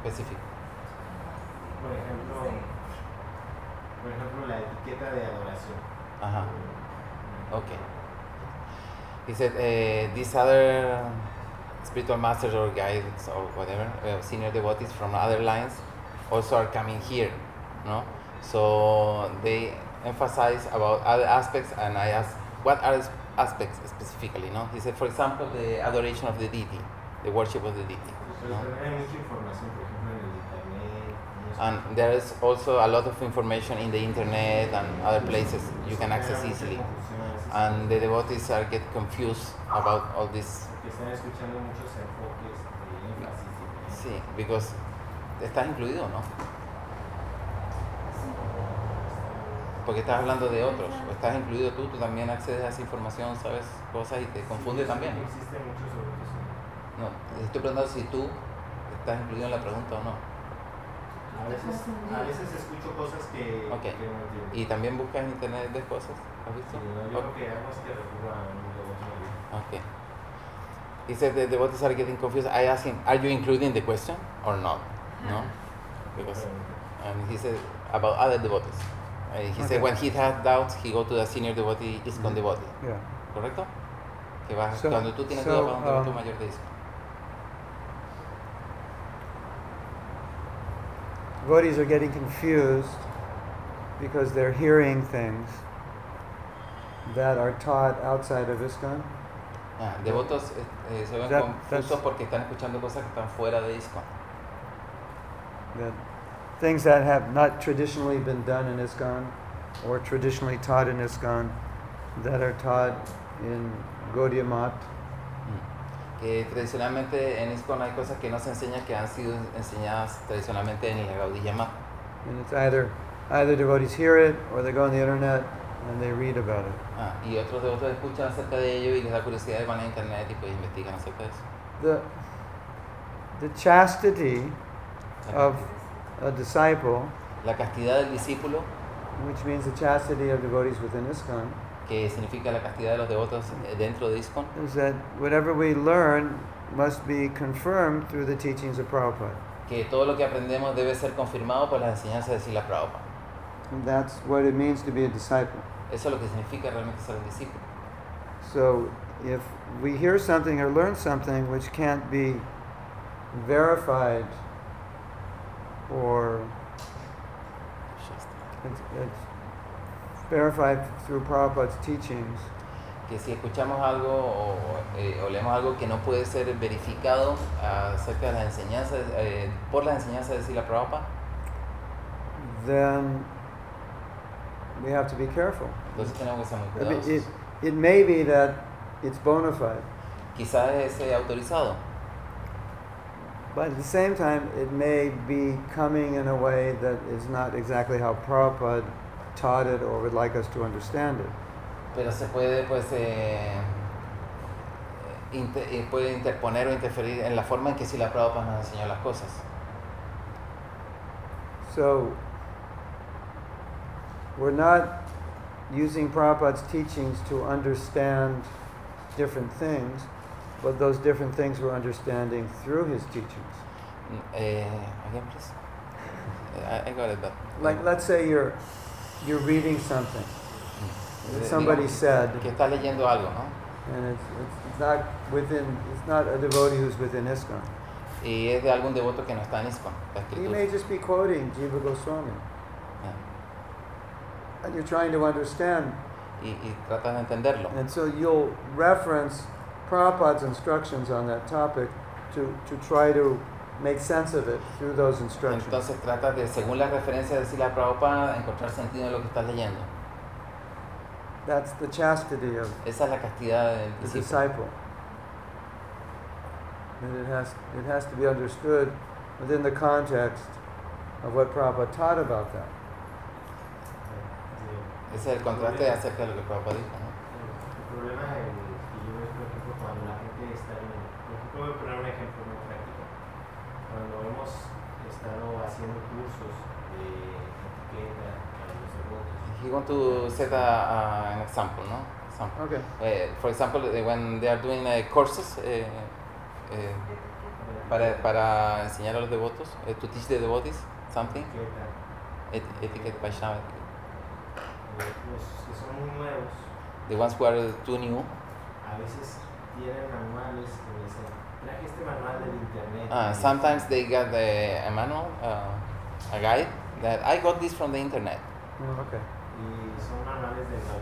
Speaker 4: específico?
Speaker 6: Por ejemplo, por ejemplo, la etiqueta de adoración.
Speaker 4: Ajá, ok. He said, eh, these other spiritual masters or guides or whatever, eh, senior devotees from other lines also are coming here, no? So they emphasize about other aspects and I asked, what are s- aspects specifically, no? He said, for example, the adoration of the deity, the worship of the deity,
Speaker 6: Pero
Speaker 4: no?
Speaker 6: también hay mucha información, por ejemplo, en el internet. en los-
Speaker 4: and there is also a lot of information in the internet and other places you
Speaker 6: eso
Speaker 4: can
Speaker 6: genera
Speaker 4: access
Speaker 6: mucha
Speaker 4: easily
Speaker 6: confusión a veces,
Speaker 4: and the devotees are get confused about all this
Speaker 6: porque están escuchando muchos enfoques de énfasis. diferentes.
Speaker 4: sí because estás incluido no porque estás hablando de otros o estás incluido tú tú también accedes a esa información sabes cosas y te confunde
Speaker 6: Sí,
Speaker 4: también
Speaker 6: Existen muchos devotos que
Speaker 4: no estoy preguntando si tú estás incluido en la pregunta o no
Speaker 6: A veces, a veces escucho cosas que,
Speaker 4: Ok.
Speaker 6: que no entiendo.
Speaker 4: y también buscas en internet de cosas has
Speaker 6: Sí,
Speaker 4: visto
Speaker 6: no, yo
Speaker 4: Ok.
Speaker 6: lo que hago es que recurro a un devoto.
Speaker 4: Okay. He said that the devotees are getting confused. I asked him, "Are you including the question or not?" No, because and he said about other devotees. Uh, he
Speaker 2: Okay.
Speaker 4: said when he had doubts, he go to the senior devotee, ISKCON devotee.
Speaker 2: Yeah.
Speaker 4: Correcto? Que vas,
Speaker 2: Mm-hmm. So-
Speaker 4: cuando tú tienes
Speaker 2: so,
Speaker 4: duda, pregunta a tu
Speaker 2: um,
Speaker 4: mayor de eso.
Speaker 2: Devotees are getting confused because they're hearing things that are taught outside of ISKCON.
Speaker 4: Ah, devotos eh, eh, se ven
Speaker 2: That-
Speaker 4: confusos
Speaker 2: that's-
Speaker 4: porque están escuchando cosas que están fuera de ISKCON.
Speaker 2: that things that have not traditionally been done in ISKCON or traditionally taught in ISKCON that are taught in Gaudiya Mat.
Speaker 4: Mm. Que tradicionalmente en ISKCON hay cosas que no se enseñan que han sido enseñadas tradicionalmente en la Gaudilla Mata.
Speaker 2: And it's either either devotees hear it or they go on the internet and they read about it.
Speaker 4: Ah, y otros devotos escuchan acerca de ello y les da curiosidad y van a internet y pues investigan acerca de eso.
Speaker 2: The the chastity
Speaker 4: Uh-huh.
Speaker 2: of a disciple,
Speaker 4: La castidad del discípulo,
Speaker 2: which means the chastity of devotees within ISKCON,
Speaker 4: que significa la castidad de los devotos eh, dentro de ISKCON,
Speaker 2: is that whatever we learn must be confirmed through the teachings of Prabhupada.
Speaker 4: que todo lo que aprendemos debe ser confirmado por las enseñanzas de Sila Prabhupada.
Speaker 2: And that's what it means to be a disciple.
Speaker 4: Eso es lo que significa realmente ser un discípulo.
Speaker 2: So if we hear something or learn something which can't be verified or it's, it's verified through Prabhupada's teachings,
Speaker 4: que si escuchamos algo o, eh, o leemos algo que no puede ser verificado acerca de las enseñanzas, eh, por las enseñanzas de Sila Prabhupada,
Speaker 2: then we have to be careful.
Speaker 4: entonces tenemos que ser muy
Speaker 2: I mean,
Speaker 4: cuidadosos.
Speaker 2: it, it may be that it's bona fide,
Speaker 4: Quizás es eh, autorizado,
Speaker 2: but at the same time, it may be coming in a way that is not exactly how Prabhupada taught it or would like us to understand it.
Speaker 4: pero se puede, pues, eh, inter- eh, puede interponer o interferir en la forma en que Sila Prabhupada nos enseñó las cosas.
Speaker 2: So, we're not using Prabhupada's teachings to understand different things, but those different things we're understanding through his teachings.
Speaker 4: Mm, Eh, again, please. I, I got it, but-
Speaker 2: Like, let's say you're, you're reading something that
Speaker 4: Eh,
Speaker 2: somebody
Speaker 4: digamos
Speaker 2: said,
Speaker 4: que estás leyendo algo, ¿no?
Speaker 2: and it's, it's, it's not within, it's not a devotee who's within ISKCON.
Speaker 4: Y es de algún devoto que no está en ISKCON, la
Speaker 2: He
Speaker 4: escritura.
Speaker 2: may just be quoting Jiva Goswami,
Speaker 4: Ah.
Speaker 2: and you're trying to understand
Speaker 4: y, y tratas de entenderlo.
Speaker 2: And so you'll reference Prabhupada's instructions on that topic to, to try to make sense of it through those instructions.
Speaker 4: Entonces tratas de, según las referencias de Sila Prabhupada, encontrar sentido en lo que estás leyendo.
Speaker 2: That's the chastity of
Speaker 4: Esa es la castidad del
Speaker 2: the
Speaker 4: discípulo.
Speaker 2: disciple. And it has, it has to be understood within the context of what Prabhupada taught about that.
Speaker 6: de-
Speaker 4: Ese es el contraste acerca de lo que Prabhupada dijo. ¿no?
Speaker 6: El problema es que yo veo, por ejemplo, cuando la gente está en. Por ejemplo, voy a poner un ejemplo muy práctico. Cuando hemos estado haciendo cursos de etiqueta para los devotos,
Speaker 4: He want to set a, a- an example, ¿no? Example.
Speaker 2: Okay.
Speaker 4: Eh, for example, eh, when they are doing eh, courses eh, eh, para, para enseñar a los devotos, eh, to teach the devotees something,
Speaker 6: etiqueta,
Speaker 4: et, etiquette Vaishnava,
Speaker 6: eh, los que son muy nuevos,
Speaker 4: the ones who are too new,
Speaker 6: a veces tienen manuales que me dicen, traje este manual del internet.
Speaker 4: Uh, sometimes they got the, a manual, uh, a guide that I got this from the internet,
Speaker 2: Mm, Okay.
Speaker 6: Y son manuales de la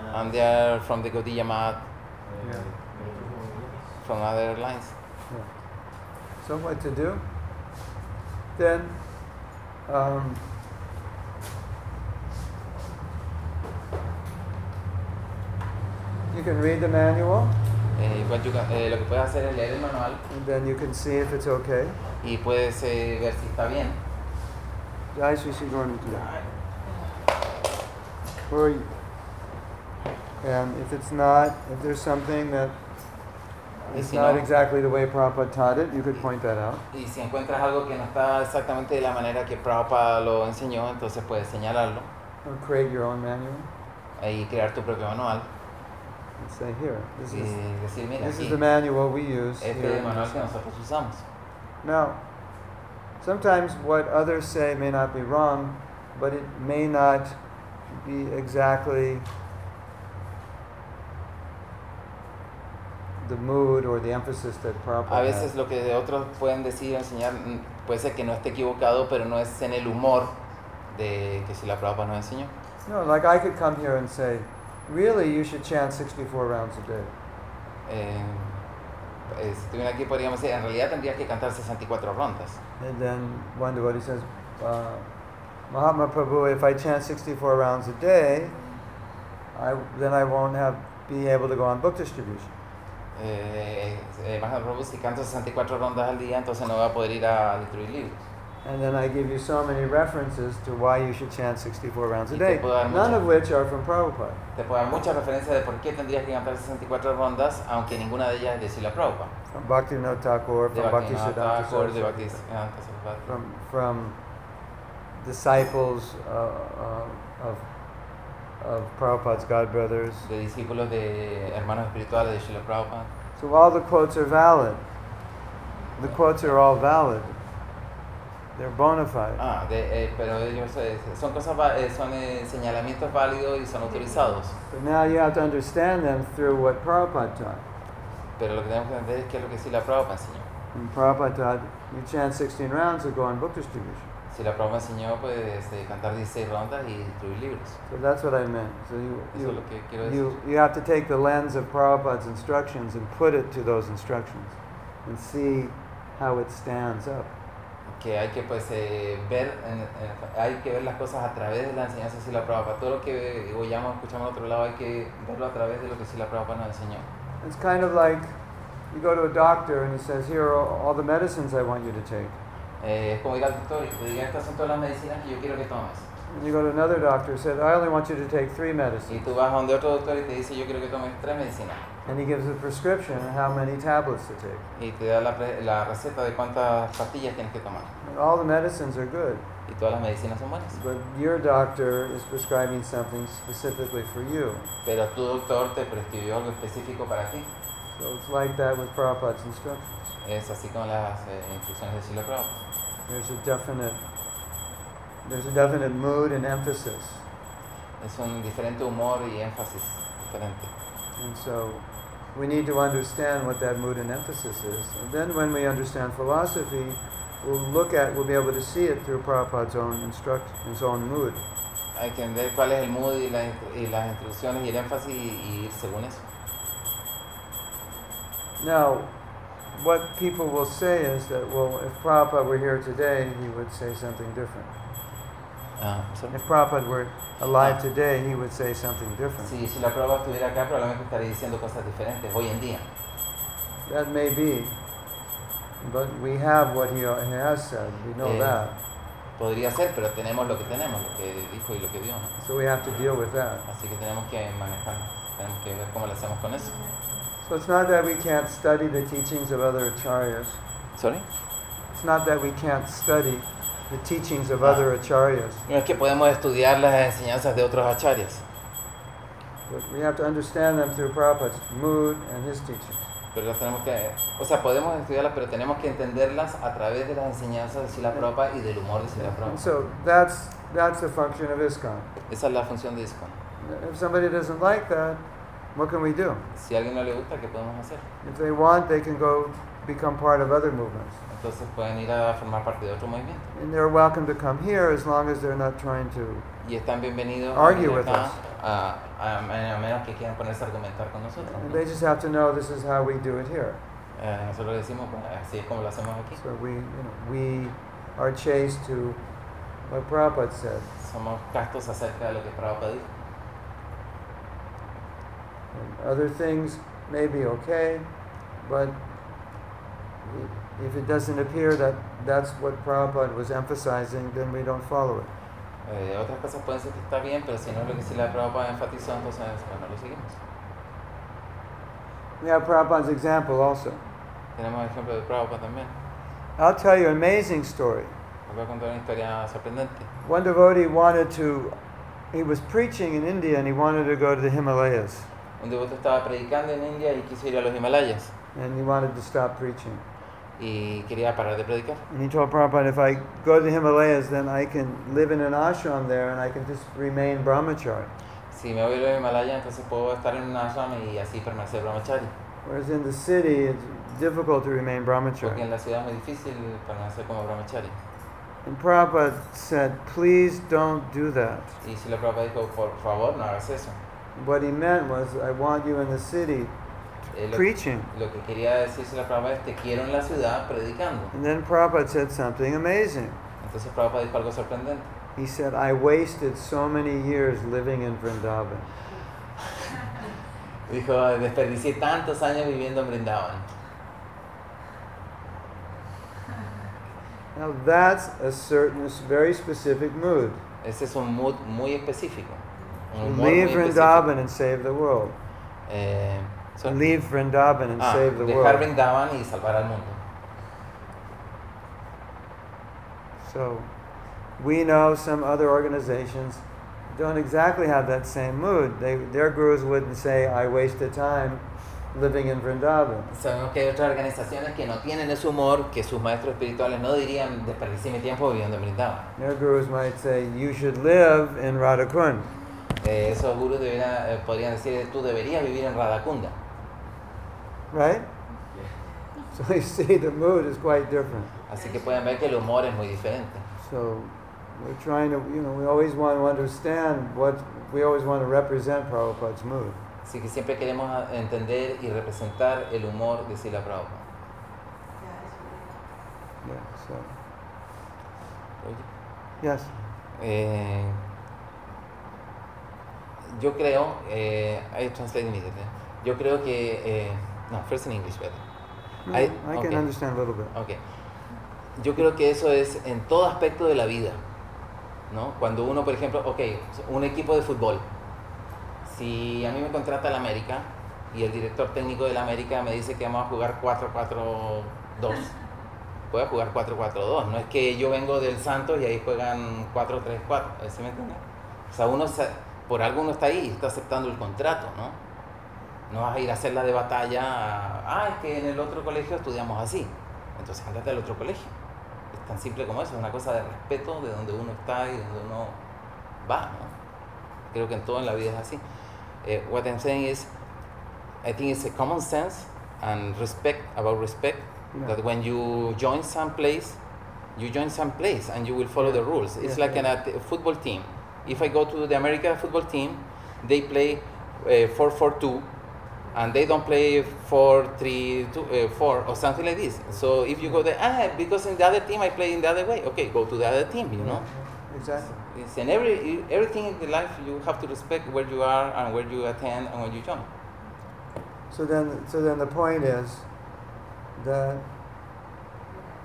Speaker 6: Villamar,
Speaker 4: and they are from the Gaudiya Mat,
Speaker 6: eh, de, de otros movimientos.
Speaker 4: from other lines.
Speaker 2: So what to do? Then um, you can read the manual
Speaker 4: Eh, what you can- eh, lo que puedes hacer es leer el manual
Speaker 2: and then you can see if it's okay.
Speaker 4: y puedes eh, ver si está bien.
Speaker 2: Guys, we should go and do that. Where are you? And if it's not, if there's something that
Speaker 4: Y
Speaker 2: is
Speaker 4: si
Speaker 2: not
Speaker 4: no-
Speaker 2: exactly the way Prabhupada taught it, you could point that out.
Speaker 4: Y si encuentras algo que no está exactamente de la manera que Prabhupada lo enseñó, entonces puedes señalarlo
Speaker 2: Or create your own manual
Speaker 4: eh, y crear tu propio manual
Speaker 2: and say, here, this
Speaker 4: y
Speaker 2: is,
Speaker 4: decir, mira,
Speaker 2: this is
Speaker 4: aquí,
Speaker 2: the manual we use.
Speaker 4: este
Speaker 2: here
Speaker 4: es
Speaker 2: in
Speaker 4: el manual que
Speaker 2: Vaishnava."
Speaker 4: nosotros usamos.
Speaker 2: Now, sometimes what others say may not be wrong, but it may not be exactly the mood or the emphasis that
Speaker 4: A
Speaker 2: Prabhupada
Speaker 4: veces
Speaker 2: had.
Speaker 4: lo que otros pueden decir o enseñar mm, puede ser que no esté equivocado, pero no es en el humor de que si la Prabhupada nos enseñó.
Speaker 2: No, like I could come here and say, really, you should chant 64 rounds a day.
Speaker 4: Eh, eh, si estuviera aquí podríamos decir, en realidad tendrías que cantar 64 rondas.
Speaker 2: And then one devotee says, uh, Mahatma Prabhu, if I chant 64 rounds a day, I, then I won't have be able to go on book distribution.
Speaker 4: Eh, eh, Mahatma Prabhu, si canto 64 rondas al día, entonces no va a poder ir a destruir libros.
Speaker 2: And then I give you so many references to why you should chant 64 rounds a
Speaker 4: Y te
Speaker 2: day,
Speaker 4: puedo dar
Speaker 2: none
Speaker 4: muchas.
Speaker 2: of which are from Prabhupada.
Speaker 4: Te puedo dar muchas referencias de por qué tendrías que cantar 64 rondas, aunque ninguna de ellas es de Sila Prabhupada.
Speaker 2: From Bhaktivinoda Thakur,
Speaker 4: De
Speaker 2: from Bhakti
Speaker 4: Bhaktivinoda
Speaker 2: Siddhanta
Speaker 4: Thakur, de ah,
Speaker 2: Saraswati,
Speaker 4: Bhaktivinoda Saraswati.
Speaker 2: from, from disciples uh, uh, of, of Prabhupada's god brothers.
Speaker 4: de discípulos de hermanos espirituales de Srila Prabhupada.
Speaker 2: So all the quotes are valid. The quotes are all valid. They're bona fide.
Speaker 4: Ah, de, eh, pero ellos eh, son cosas va- eh, son eh, señalamientos válidos y son autorizados.
Speaker 2: But now you have to understand them through what Prabhupada taught.
Speaker 4: Pero lo que tenemos que entender es qué es lo que Sila Prabhupada enseñó.
Speaker 2: And Prabhupada taught, you chant 16 rounds to go on book distribution.
Speaker 4: Sila Prabhupada enseñó pues eh, cantar 16 rondas y distribuir libros.
Speaker 2: So that's what I meant. So you,
Speaker 4: Eso es
Speaker 2: you,
Speaker 4: lo que quiero decir.
Speaker 2: you, you have to take the lens of Prabhupada's instructions and put it to those instructions and see how it stands up.
Speaker 4: que hay que pues eh, ver en- en- hay que ver las cosas a través de la enseñanza de Sila Prabhupada. Todo lo que oyamos, escuchamos en otro lado hay que verlo a través de lo que Sila Prabhupada nos enseñó.
Speaker 2: It's kind of like you go to a doctor and he says, Here are all all the medicines I want you to take.
Speaker 4: Eh, es como ir al doctor y te diga estas son todas las medicinas que yo quiero que tomes.
Speaker 2: And you go to another doctor and says, I only want you to take three
Speaker 4: Y
Speaker 2: medicines.
Speaker 4: tú vas a donde otro doctor y te dice yo quiero que tomes tres medicinas.
Speaker 2: And he gives a prescription on how many tablets to take.
Speaker 4: Y te da la, pre- la receta de cuántas pastillas tienes que tomar.
Speaker 2: And all the medicines are good,
Speaker 4: Y todas las medicinas son buenas.
Speaker 2: but your doctor is prescribing something specifically for you.
Speaker 4: Pero tu doctor te prescribió algo específico para ti.
Speaker 2: So it's like that with Prabhupada's instructions.
Speaker 4: Es así con las eh, instrucciones de Silo Prabhupada.
Speaker 2: There's a definite there's a definite mood and emphasis.
Speaker 4: Es un diferente humor y énfasis diferente.
Speaker 2: And so we need to understand what that mood and emphasis is. And then when we understand philosophy, we'll look at we'll be able to see it through Prabhupada's own instruct his own mood.
Speaker 4: Hay que entender cuál es el mood y, la instru- y las instrucciones y el énfasis y, y ir según eso.
Speaker 2: Now what people will say is that well if Prabhupada were here today he would say something different.
Speaker 4: Ah, sorry.
Speaker 2: If Prabhupada were alive today he would say something different.
Speaker 4: Si Silo Prabhupada estuviera acá, probablemente estaría diciendo cosas diferentes hoy en día.
Speaker 2: That may be. But we have what he, he has said. We know
Speaker 4: Yeah.
Speaker 2: that.
Speaker 4: Podría ser, pero tenemos lo que tenemos, lo que dijo y lo que dio. ¿no?
Speaker 2: So we have to deal with that.
Speaker 4: Así que tenemos que manejar, tenemos que ver cómo lo hacemos con eso.
Speaker 2: So it's not that we can't study the teachings of other acharyas.
Speaker 4: Sorry.
Speaker 2: It's not that we can't study the teachings of other acharyas.
Speaker 4: No es que podemos estudiar las enseñanzas de otros acharyas,
Speaker 2: But we have to understand them through Prabhupada's mood and his teachings.
Speaker 4: pero las tenemos que, o sea, podemos estudiarlas, pero tenemos que entenderlas a través de las enseñanzas de Sila Prabhupada y del humor de Sila
Speaker 2: And
Speaker 4: Prabhupada.
Speaker 2: so that's, that's the function of ISKCON.
Speaker 4: Esa es la función de ISKCON.
Speaker 2: If somebody doesn't like that, what can we do?
Speaker 4: Si a alguien no le gusta, ¿qué podemos hacer?
Speaker 2: If they want, they can go become part of other movements.
Speaker 4: Entonces pueden ir a formar parte de otro movimiento
Speaker 2: And they're welcome to come here as long as they're not trying to
Speaker 4: y están bienvenidos a,
Speaker 2: Argue
Speaker 4: venir
Speaker 2: with
Speaker 4: acá,
Speaker 2: us.
Speaker 4: a, a men- a menos que quieran ponerse a argumentar con nosotros.
Speaker 2: And
Speaker 4: ¿no?
Speaker 2: They just have to know this is how we do it here.
Speaker 4: Eh, nosotros decimos, bueno, así es como lo hacemos aquí.
Speaker 2: So we, you know, we are chased to what Prabhupada said.
Speaker 4: Somos castos acerca de lo que Prabhupada dijo.
Speaker 2: And other things may be okay, but i- if it doesn't appear that that's what Prabhupada was emphasizing, then we don't follow it.
Speaker 4: Eh, otras cosas pueden ser que está bien, pero si no es lo que sí la Prabhupada enfatizó, entonces bueno, lo seguimos.
Speaker 2: We have Prabhupada's example also.
Speaker 4: Tenemos ejemplo de Prabhupada también.
Speaker 2: I'll tell you an amazing story.
Speaker 4: Les voy a contar una historia sorprendente.
Speaker 2: One devotee wanted to, he was preaching in India and he wanted to go to the Himalayas
Speaker 4: Un devoto estaba predicando en India y quiso ir a los Himalayas
Speaker 2: and he wanted to stop preaching.
Speaker 4: y quería parar de predicar.
Speaker 2: And he told Prabhupada, if I go to the Himalayas, then I can live in an ashram there and I can just remain brahmachari.
Speaker 4: Si me voy a los Himalayas, entonces puedo estar en un ashram y así permanecer brahmachari.
Speaker 2: Whereas in the city, it's difficult to remain
Speaker 4: Porque en
Speaker 2: brahmachari.
Speaker 4: la ciudad es muy difícil permanecer como brahmachari.
Speaker 2: And Prabhupada said, please don't do that.
Speaker 4: Y si la Prabhupada dijo, por favor, no hagas eso.
Speaker 2: What he meant was, I want you in the city
Speaker 4: Eh, lo,
Speaker 2: preaching.
Speaker 4: lo que quería decirse la Prabhupada es, te quiero en la ciudad predicando.
Speaker 2: And then Prabhupada said something amazing.
Speaker 4: Entonces Prabhupada dijo algo sorprendente.
Speaker 2: He said, I wasted so many years living in Vrindavan.
Speaker 4: Dijo, desperdicié tantos años viviendo en Brindavan.
Speaker 2: Now that's a certain, a very specific mood.
Speaker 4: Ese es un mood muy específico. Un humor muy
Speaker 2: Leave
Speaker 4: específico.
Speaker 2: Vrindavan and save the world.
Speaker 4: Eh, so-
Speaker 2: Leave Vrindavan and
Speaker 4: ah,
Speaker 2: save the
Speaker 4: dejar
Speaker 2: world.
Speaker 4: Brindavan y salvar al mundo.
Speaker 2: So we know some other organizations don't exactly have that same mood. They, their gurus wouldn't say, I wasted time living in Vrindavan.
Speaker 4: Sabemos que hay otras organizaciones que no tienen ese humor, que sus maestros espirituales no dirían, desperdicié mi tiempo viviendo en Brindavan.
Speaker 2: Their gurus might say, You should live in Radhakund.
Speaker 4: Eh, esos gurús deberían- eh, podrían decir, tú deberías vivir en Radhakunda.
Speaker 2: Right? So you see, the mood is quite different.
Speaker 4: Así que pueden ver que el humor es muy diferente.
Speaker 2: So we're trying to, you know, we always want to understand what, we always want to represent Prabhupada's mood.
Speaker 4: Así que siempre queremos ah, entender y representar el humor de Sila Prabhupada.
Speaker 2: Yeah, so.
Speaker 4: Oye.
Speaker 2: Yes.
Speaker 4: Eh, yo creo, eh, I translate in English, eh. Yo creo que, eh, no, first in English better.
Speaker 2: No,
Speaker 4: I-
Speaker 2: I can
Speaker 4: okay. Uh,
Speaker 2: understand a little bit.
Speaker 4: Ok. Yo creo que eso es en todo aspecto de la vida, ¿no? Cuando uno, por ejemplo, ok, un equipo de fútbol. Si a mí me contrata el América y el director técnico del América me dice que vamos a jugar 4-4-2, voy a jugar 4-4-2. No es que yo vengo del Santos y ahí juegan 4-3-4, ¿sí me entiende? O sea, uno sa- por algo uno está ahí y está aceptando el contrato, ¿no? No vas a ir a hacer la de batalla, a, ah, es que en el otro colegio estudiamos así. Entonces andate al otro colegio. Es tan simple como eso, es una cosa de respeto de donde uno está y de donde uno va. ¿no? Creo que en todo en la vida es así. Eh, what I'm saying is, I think it's a common sense and respect about respect
Speaker 2: Yeah.
Speaker 4: that when you join some place, you join some place and you will follow the rules. It's
Speaker 2: Yeah,
Speaker 4: like an at- a football team. If I go to the American football team, they play uh, 4-4-2 and they don't play 4-3-2, uh, 4 or something like this. So if
Speaker 2: Mm.
Speaker 4: you go there, ah, because in the other team I play in the other way. Okay, go to the other team, you know.
Speaker 2: Exactly.
Speaker 4: It's in every everything in the life you have to respect where you are and where you attend and where you join.
Speaker 2: So then, so then the point is that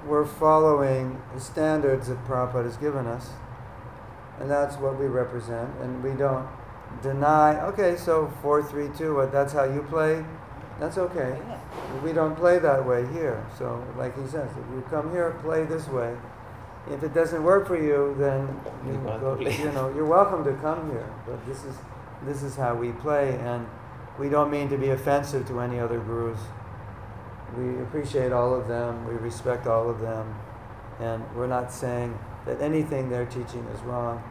Speaker 2: we're following the standards that Prabhupada has given us, and that's what we represent, and we don't deny, okay, so 432, what, that's how you play? That's okay.
Speaker 4: Yeah.
Speaker 2: We don't play that way here. So, like he says, if you come here, play this way. If it doesn't work for you, then you,
Speaker 4: You have to
Speaker 2: go,
Speaker 4: play.
Speaker 2: you know you're welcome to come here. But this is this is how we play, and we don't mean to be offensive to any other gurus. We appreciate all of them. We respect all of them, and we're not saying that anything they're teaching is wrong,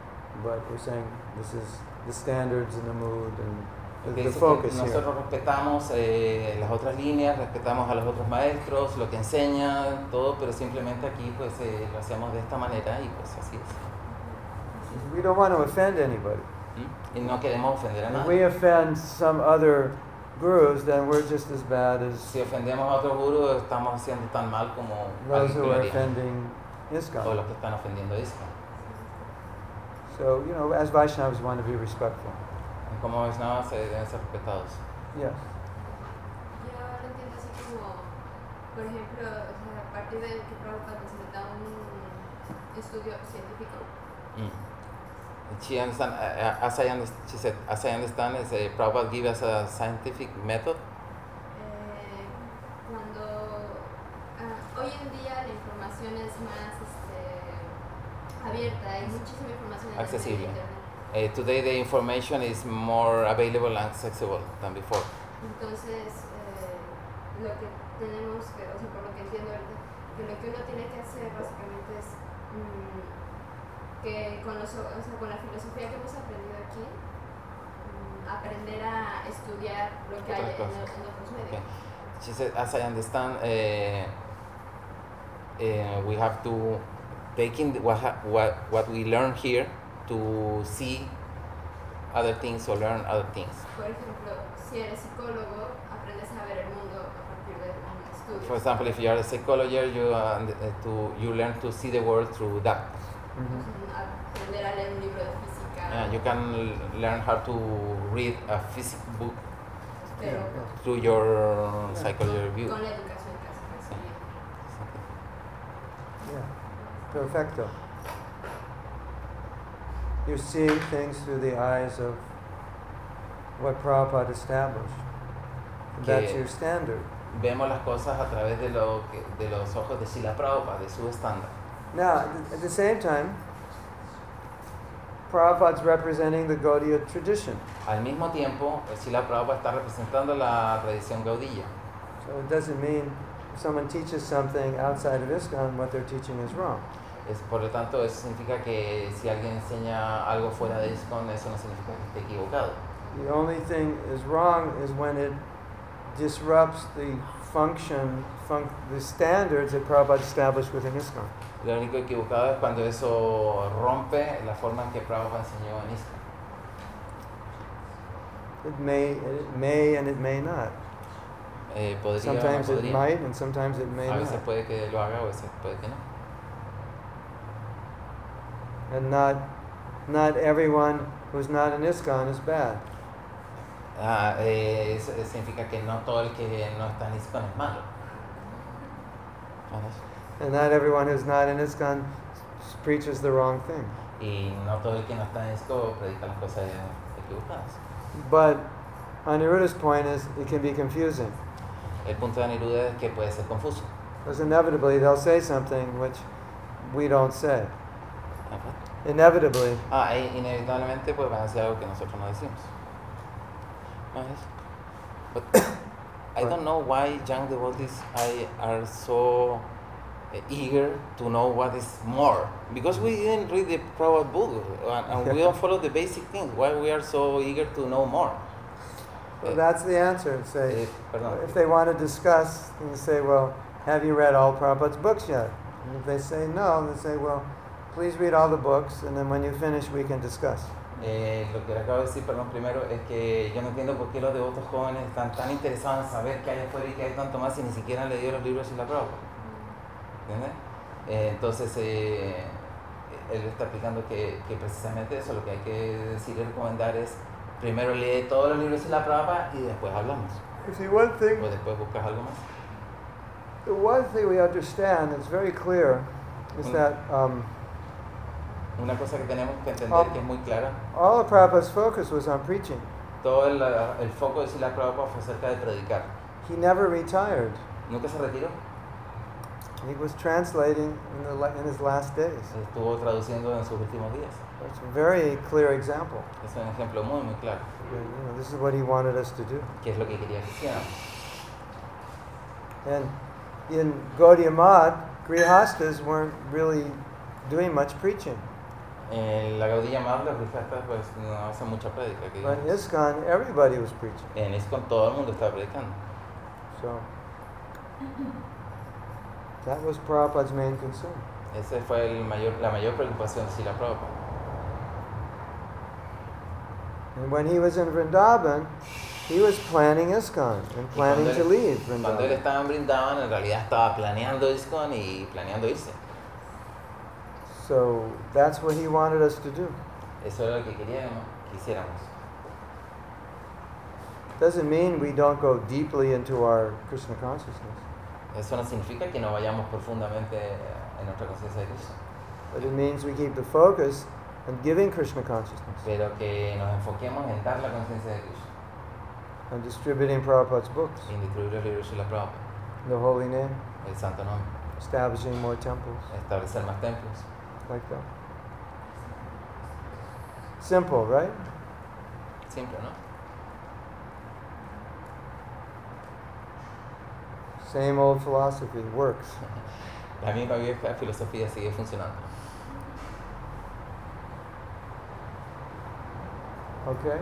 Speaker 2: but we're saying this is the standards and the mood and the,
Speaker 4: Porque
Speaker 2: the
Speaker 4: dice que
Speaker 2: focus here.
Speaker 4: nosotros respetamos eh, las otras líneas, respetamos a los otros maestros, lo que enseña, todo, pero simplemente aquí pues eh, lo hacemos de esta manera y pues así es.
Speaker 2: We don't want to offend anybody.
Speaker 4: ¿Mm? Y no queremos ofender a
Speaker 2: If we
Speaker 4: nadie.
Speaker 2: offend some other gurus, then we're just as bad as
Speaker 4: Si ofendemos a otro gurú estamos haciendo tan mal como
Speaker 2: those
Speaker 4: alguien que
Speaker 2: who
Speaker 4: lo
Speaker 2: are
Speaker 4: haría,
Speaker 2: offending
Speaker 4: o
Speaker 2: ISKCON.
Speaker 4: los que están ofendiendo a Islam.
Speaker 2: So, you know, as Vaishnavas, we want to be respectful.
Speaker 4: Como Vaishnavas se deben ser respetados.
Speaker 2: Yes.
Speaker 3: Yo lo entiendo así como, por ejemplo, o sea, a partir de que Prabhupada presenta un estudio científico,
Speaker 4: Mm. She understand, uh, uh, as I understand, she said, as I understand, is uh, Prabhupada give us a scientific method.
Speaker 3: eh, cuando ah, hoy en día la información es más este, abierta, hay muchísima información en la red de
Speaker 4: Accesible.
Speaker 3: internet.
Speaker 4: Uh, today the information is more available and accessible than before.
Speaker 3: Entonces, eh, lo que tenemos que, o sea, por lo que entiendo ahorita, que lo que uno tiene que hacer básicamente es mm, que con, los, o sea, con la filosofía que hemos aprendido aquí, mm, aprender a estudiar lo que hay
Speaker 4: Otras
Speaker 3: en,
Speaker 4: cosas.
Speaker 3: en otros
Speaker 4: Okay.
Speaker 3: medios.
Speaker 4: she said, as I understand, eh, eh, we have to taking the- what, ha- what what we learn here to see other things or learn other things.
Speaker 3: Por ejemplo, si eres psicólogo, aprendes a ver el mundo a partir de un estudio.
Speaker 4: For example, if you are a psychologist, you uh, and, uh, to you learn to see the world through that.
Speaker 2: Mhm.
Speaker 3: Entonces, Aprender a leer un libro de física,
Speaker 4: Uh, you can l- learn how to read a physics book
Speaker 3: pero
Speaker 4: through your psychological view.
Speaker 3: con la educación que has recibido.
Speaker 2: Yeah. Perfecto. You're seeing things through the eyes of what Prabhupada established. And That's
Speaker 4: Que-
Speaker 2: your standard.
Speaker 4: Vemos las cosas a través de, lo que, de los ojos de Sila Prabhupada, de su estándar.
Speaker 2: Now, th- at the same time, Prabhupada's representing the Gaudiya tradition.
Speaker 4: Al mismo tiempo, Sila Prabhupada está representando la tradición gaudilla.
Speaker 2: So it doesn't mean if someone teaches something outside of ISKCON, what they're teaching is wrong.
Speaker 4: Es, por lo tanto, eso significa que si alguien enseña algo fuera de ISKCON, eso no significa que esté equivocado.
Speaker 2: The only thing is wrong is when it disrupts the function, func- the standards that Prabhupada established within ISKCON.
Speaker 4: Lo único equivocado es cuando eso rompe la forma en que Prabhupada enseñó en ISKCON.
Speaker 2: It may, it may and it may not.
Speaker 4: Eh, podría, no
Speaker 2: Sometimes it
Speaker 4: podría.
Speaker 2: might and sometimes it may
Speaker 4: A veces
Speaker 2: not.
Speaker 4: puede que lo haga, a veces puede que no.
Speaker 2: And not, not everyone who's not an ISKCON is bad.
Speaker 4: Ah, eh, eso significa que no todo el que no está en ISKCON es malo.
Speaker 2: And not everyone who's not in ISKCON s- preaches the wrong thing.
Speaker 4: Y no todo el que no está en ISKCON predica las cosas equivocadas.
Speaker 2: But Aniruddha's point is it can be confusing.
Speaker 4: El punto de Neruda es que puede ser confuso.
Speaker 2: Because inevitably they'll say something which we don't say. Inevitably.
Speaker 4: Ah, e inevitablemente pues van a hacer algo que nosotros no decimos. ¿No es? But I don't know why young devotees I are so eh, eager to know what is more because we didn't read the Prabhupada book and, and we don't follow the basic things. Why we are so eager to know more? Eh,
Speaker 2: Well, that's the answer.
Speaker 4: eh,
Speaker 2: Say,
Speaker 4: perdón.
Speaker 2: if they want to discuss, then you say, well, have you read all Prabhupada's books yet? And if they say no, then say, well, please read all the books, and then when you finish, we can discuss.
Speaker 4: Eh, lo que le acabo de decir, perdón, primero es que yo no entiendo por qué los devotos jóvenes están tan interesados en saber qué hay afuera y qué hay tanto más si ni siquiera han leído los libros y la prueba. pues, ¿Entiendes? Eh, entonces, eh, él está explicando que, que precisamente eso, lo que hay que decir y recomendar es primero lee todos los libros y la prueba y después hablamos.
Speaker 2: You see, one thing,
Speaker 4: O después buscas algo más.
Speaker 2: the one thing we understand that's very clear is
Speaker 4: Mm.
Speaker 2: that um,
Speaker 4: Una cosa que tenemos que entender
Speaker 2: Ah.
Speaker 4: que es muy clara,
Speaker 2: all of Prabhupada's focus was on preaching.
Speaker 4: todo el, el foco de Sila Prabhupada fue acerca de predicar.
Speaker 2: He never retired.
Speaker 4: Nunca se retiró,
Speaker 2: He was translating in, the, la- in his last days.
Speaker 4: estuvo traduciendo en sus últimos días.
Speaker 2: It's a very clear example.
Speaker 4: Es un ejemplo muy, muy claro.
Speaker 2: that, you know, this is what he wanted us to do.
Speaker 4: ¿Qué es lo que quería que hiciéramos?
Speaker 2: And in Gaudiya Math, Grihastas weren't really doing much preaching.
Speaker 4: En Eh, la Gaudilla Más, los grisastas pues no hacen mucha prédica. que
Speaker 2: But in
Speaker 4: digamos.
Speaker 2: ISKCON, everybody was preaching.
Speaker 4: En ISKCON todo el mundo está predicando.
Speaker 2: So that was Prabhupada's main concern.
Speaker 4: Esa fue el mayor, la mayor preocupación de Sila Prabhupada.
Speaker 2: And when he was in Vrindavan, he was planning ISKCON and planning to
Speaker 4: él-
Speaker 2: leave
Speaker 4: Cuando él
Speaker 2: Vrindavan.
Speaker 4: estaba en Brindavan, en realidad estaba planeando ISKCON y planeando irse.
Speaker 2: So that's what he wanted us to do.
Speaker 4: Eso era lo que queríamos que hiciéramos.
Speaker 2: Doesn't mean we don't go deeply into our Krishna consciousness,
Speaker 4: Eso no significa que no vayamos profundamente en nuestra conciencia de Cristo,
Speaker 2: but it means we keep the focus on giving Krishna consciousness.
Speaker 4: pero que nos enfoquemos en dar la conciencia de Cristo,
Speaker 2: on distributing Prabhupada's books,
Speaker 4: en distribuir los libros de la Prabhupada,
Speaker 2: the holy name,
Speaker 4: el santo nombre,
Speaker 2: establishing more temples,
Speaker 4: establecer más templos.
Speaker 2: like that. Simple, right?
Speaker 4: Siempre, ¿no?
Speaker 2: Same old philosophy works.
Speaker 4: La misma vieja filosofía sigue funcionando.
Speaker 2: Okay?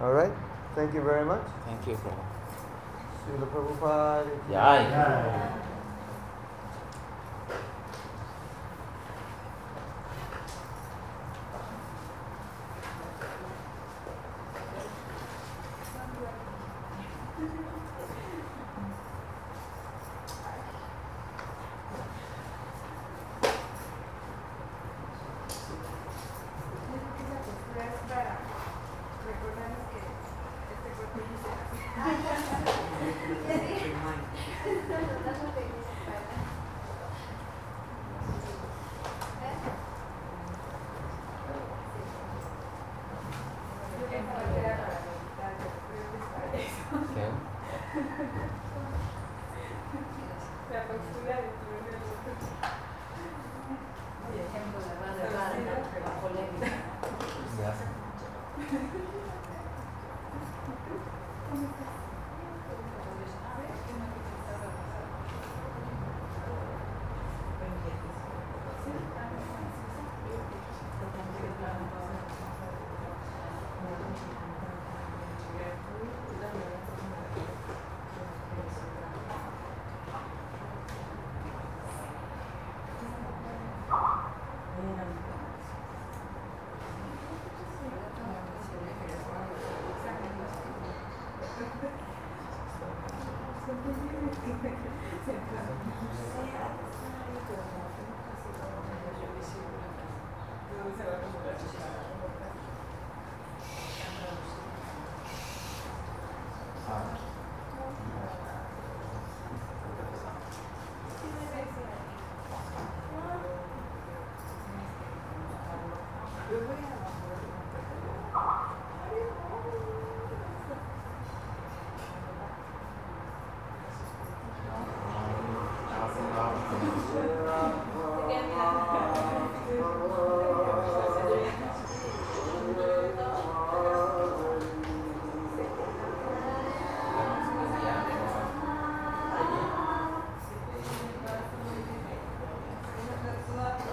Speaker 2: All right? Thank you very much.
Speaker 4: Thank you, Prabhupada.
Speaker 2: So Srila Prabhupada.
Speaker 4: Ya hay.
Speaker 3: Esa postura es pues, para recordarnos que este cuerpo es miserable. Yo pensaba que era para meditar, pero creo que es para eso.
Speaker 4: Okay.
Speaker 3: La postura de poder del otro.
Speaker 1: Por ejemplo, de Radha Radha, la polémica.
Speaker 4: Ya.
Speaker 3: 嗯
Speaker 6: 아, 네.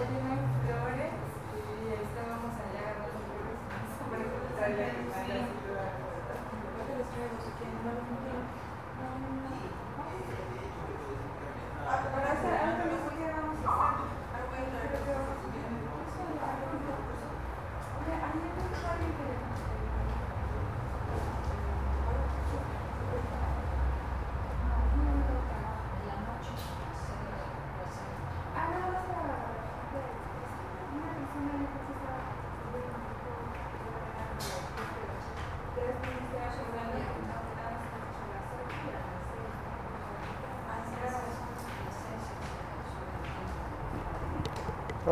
Speaker 3: Oye, flores y ahí estábamos allá agarrando flores. Para encontrar la hermana. No te los traigo si quieren, no los quiero. No, no, no. Ah, Para hacer algo, no sé qué vamos a hacer. Ah, bueno, creo que vamos a hacer un curso de algo. Oye, Ana,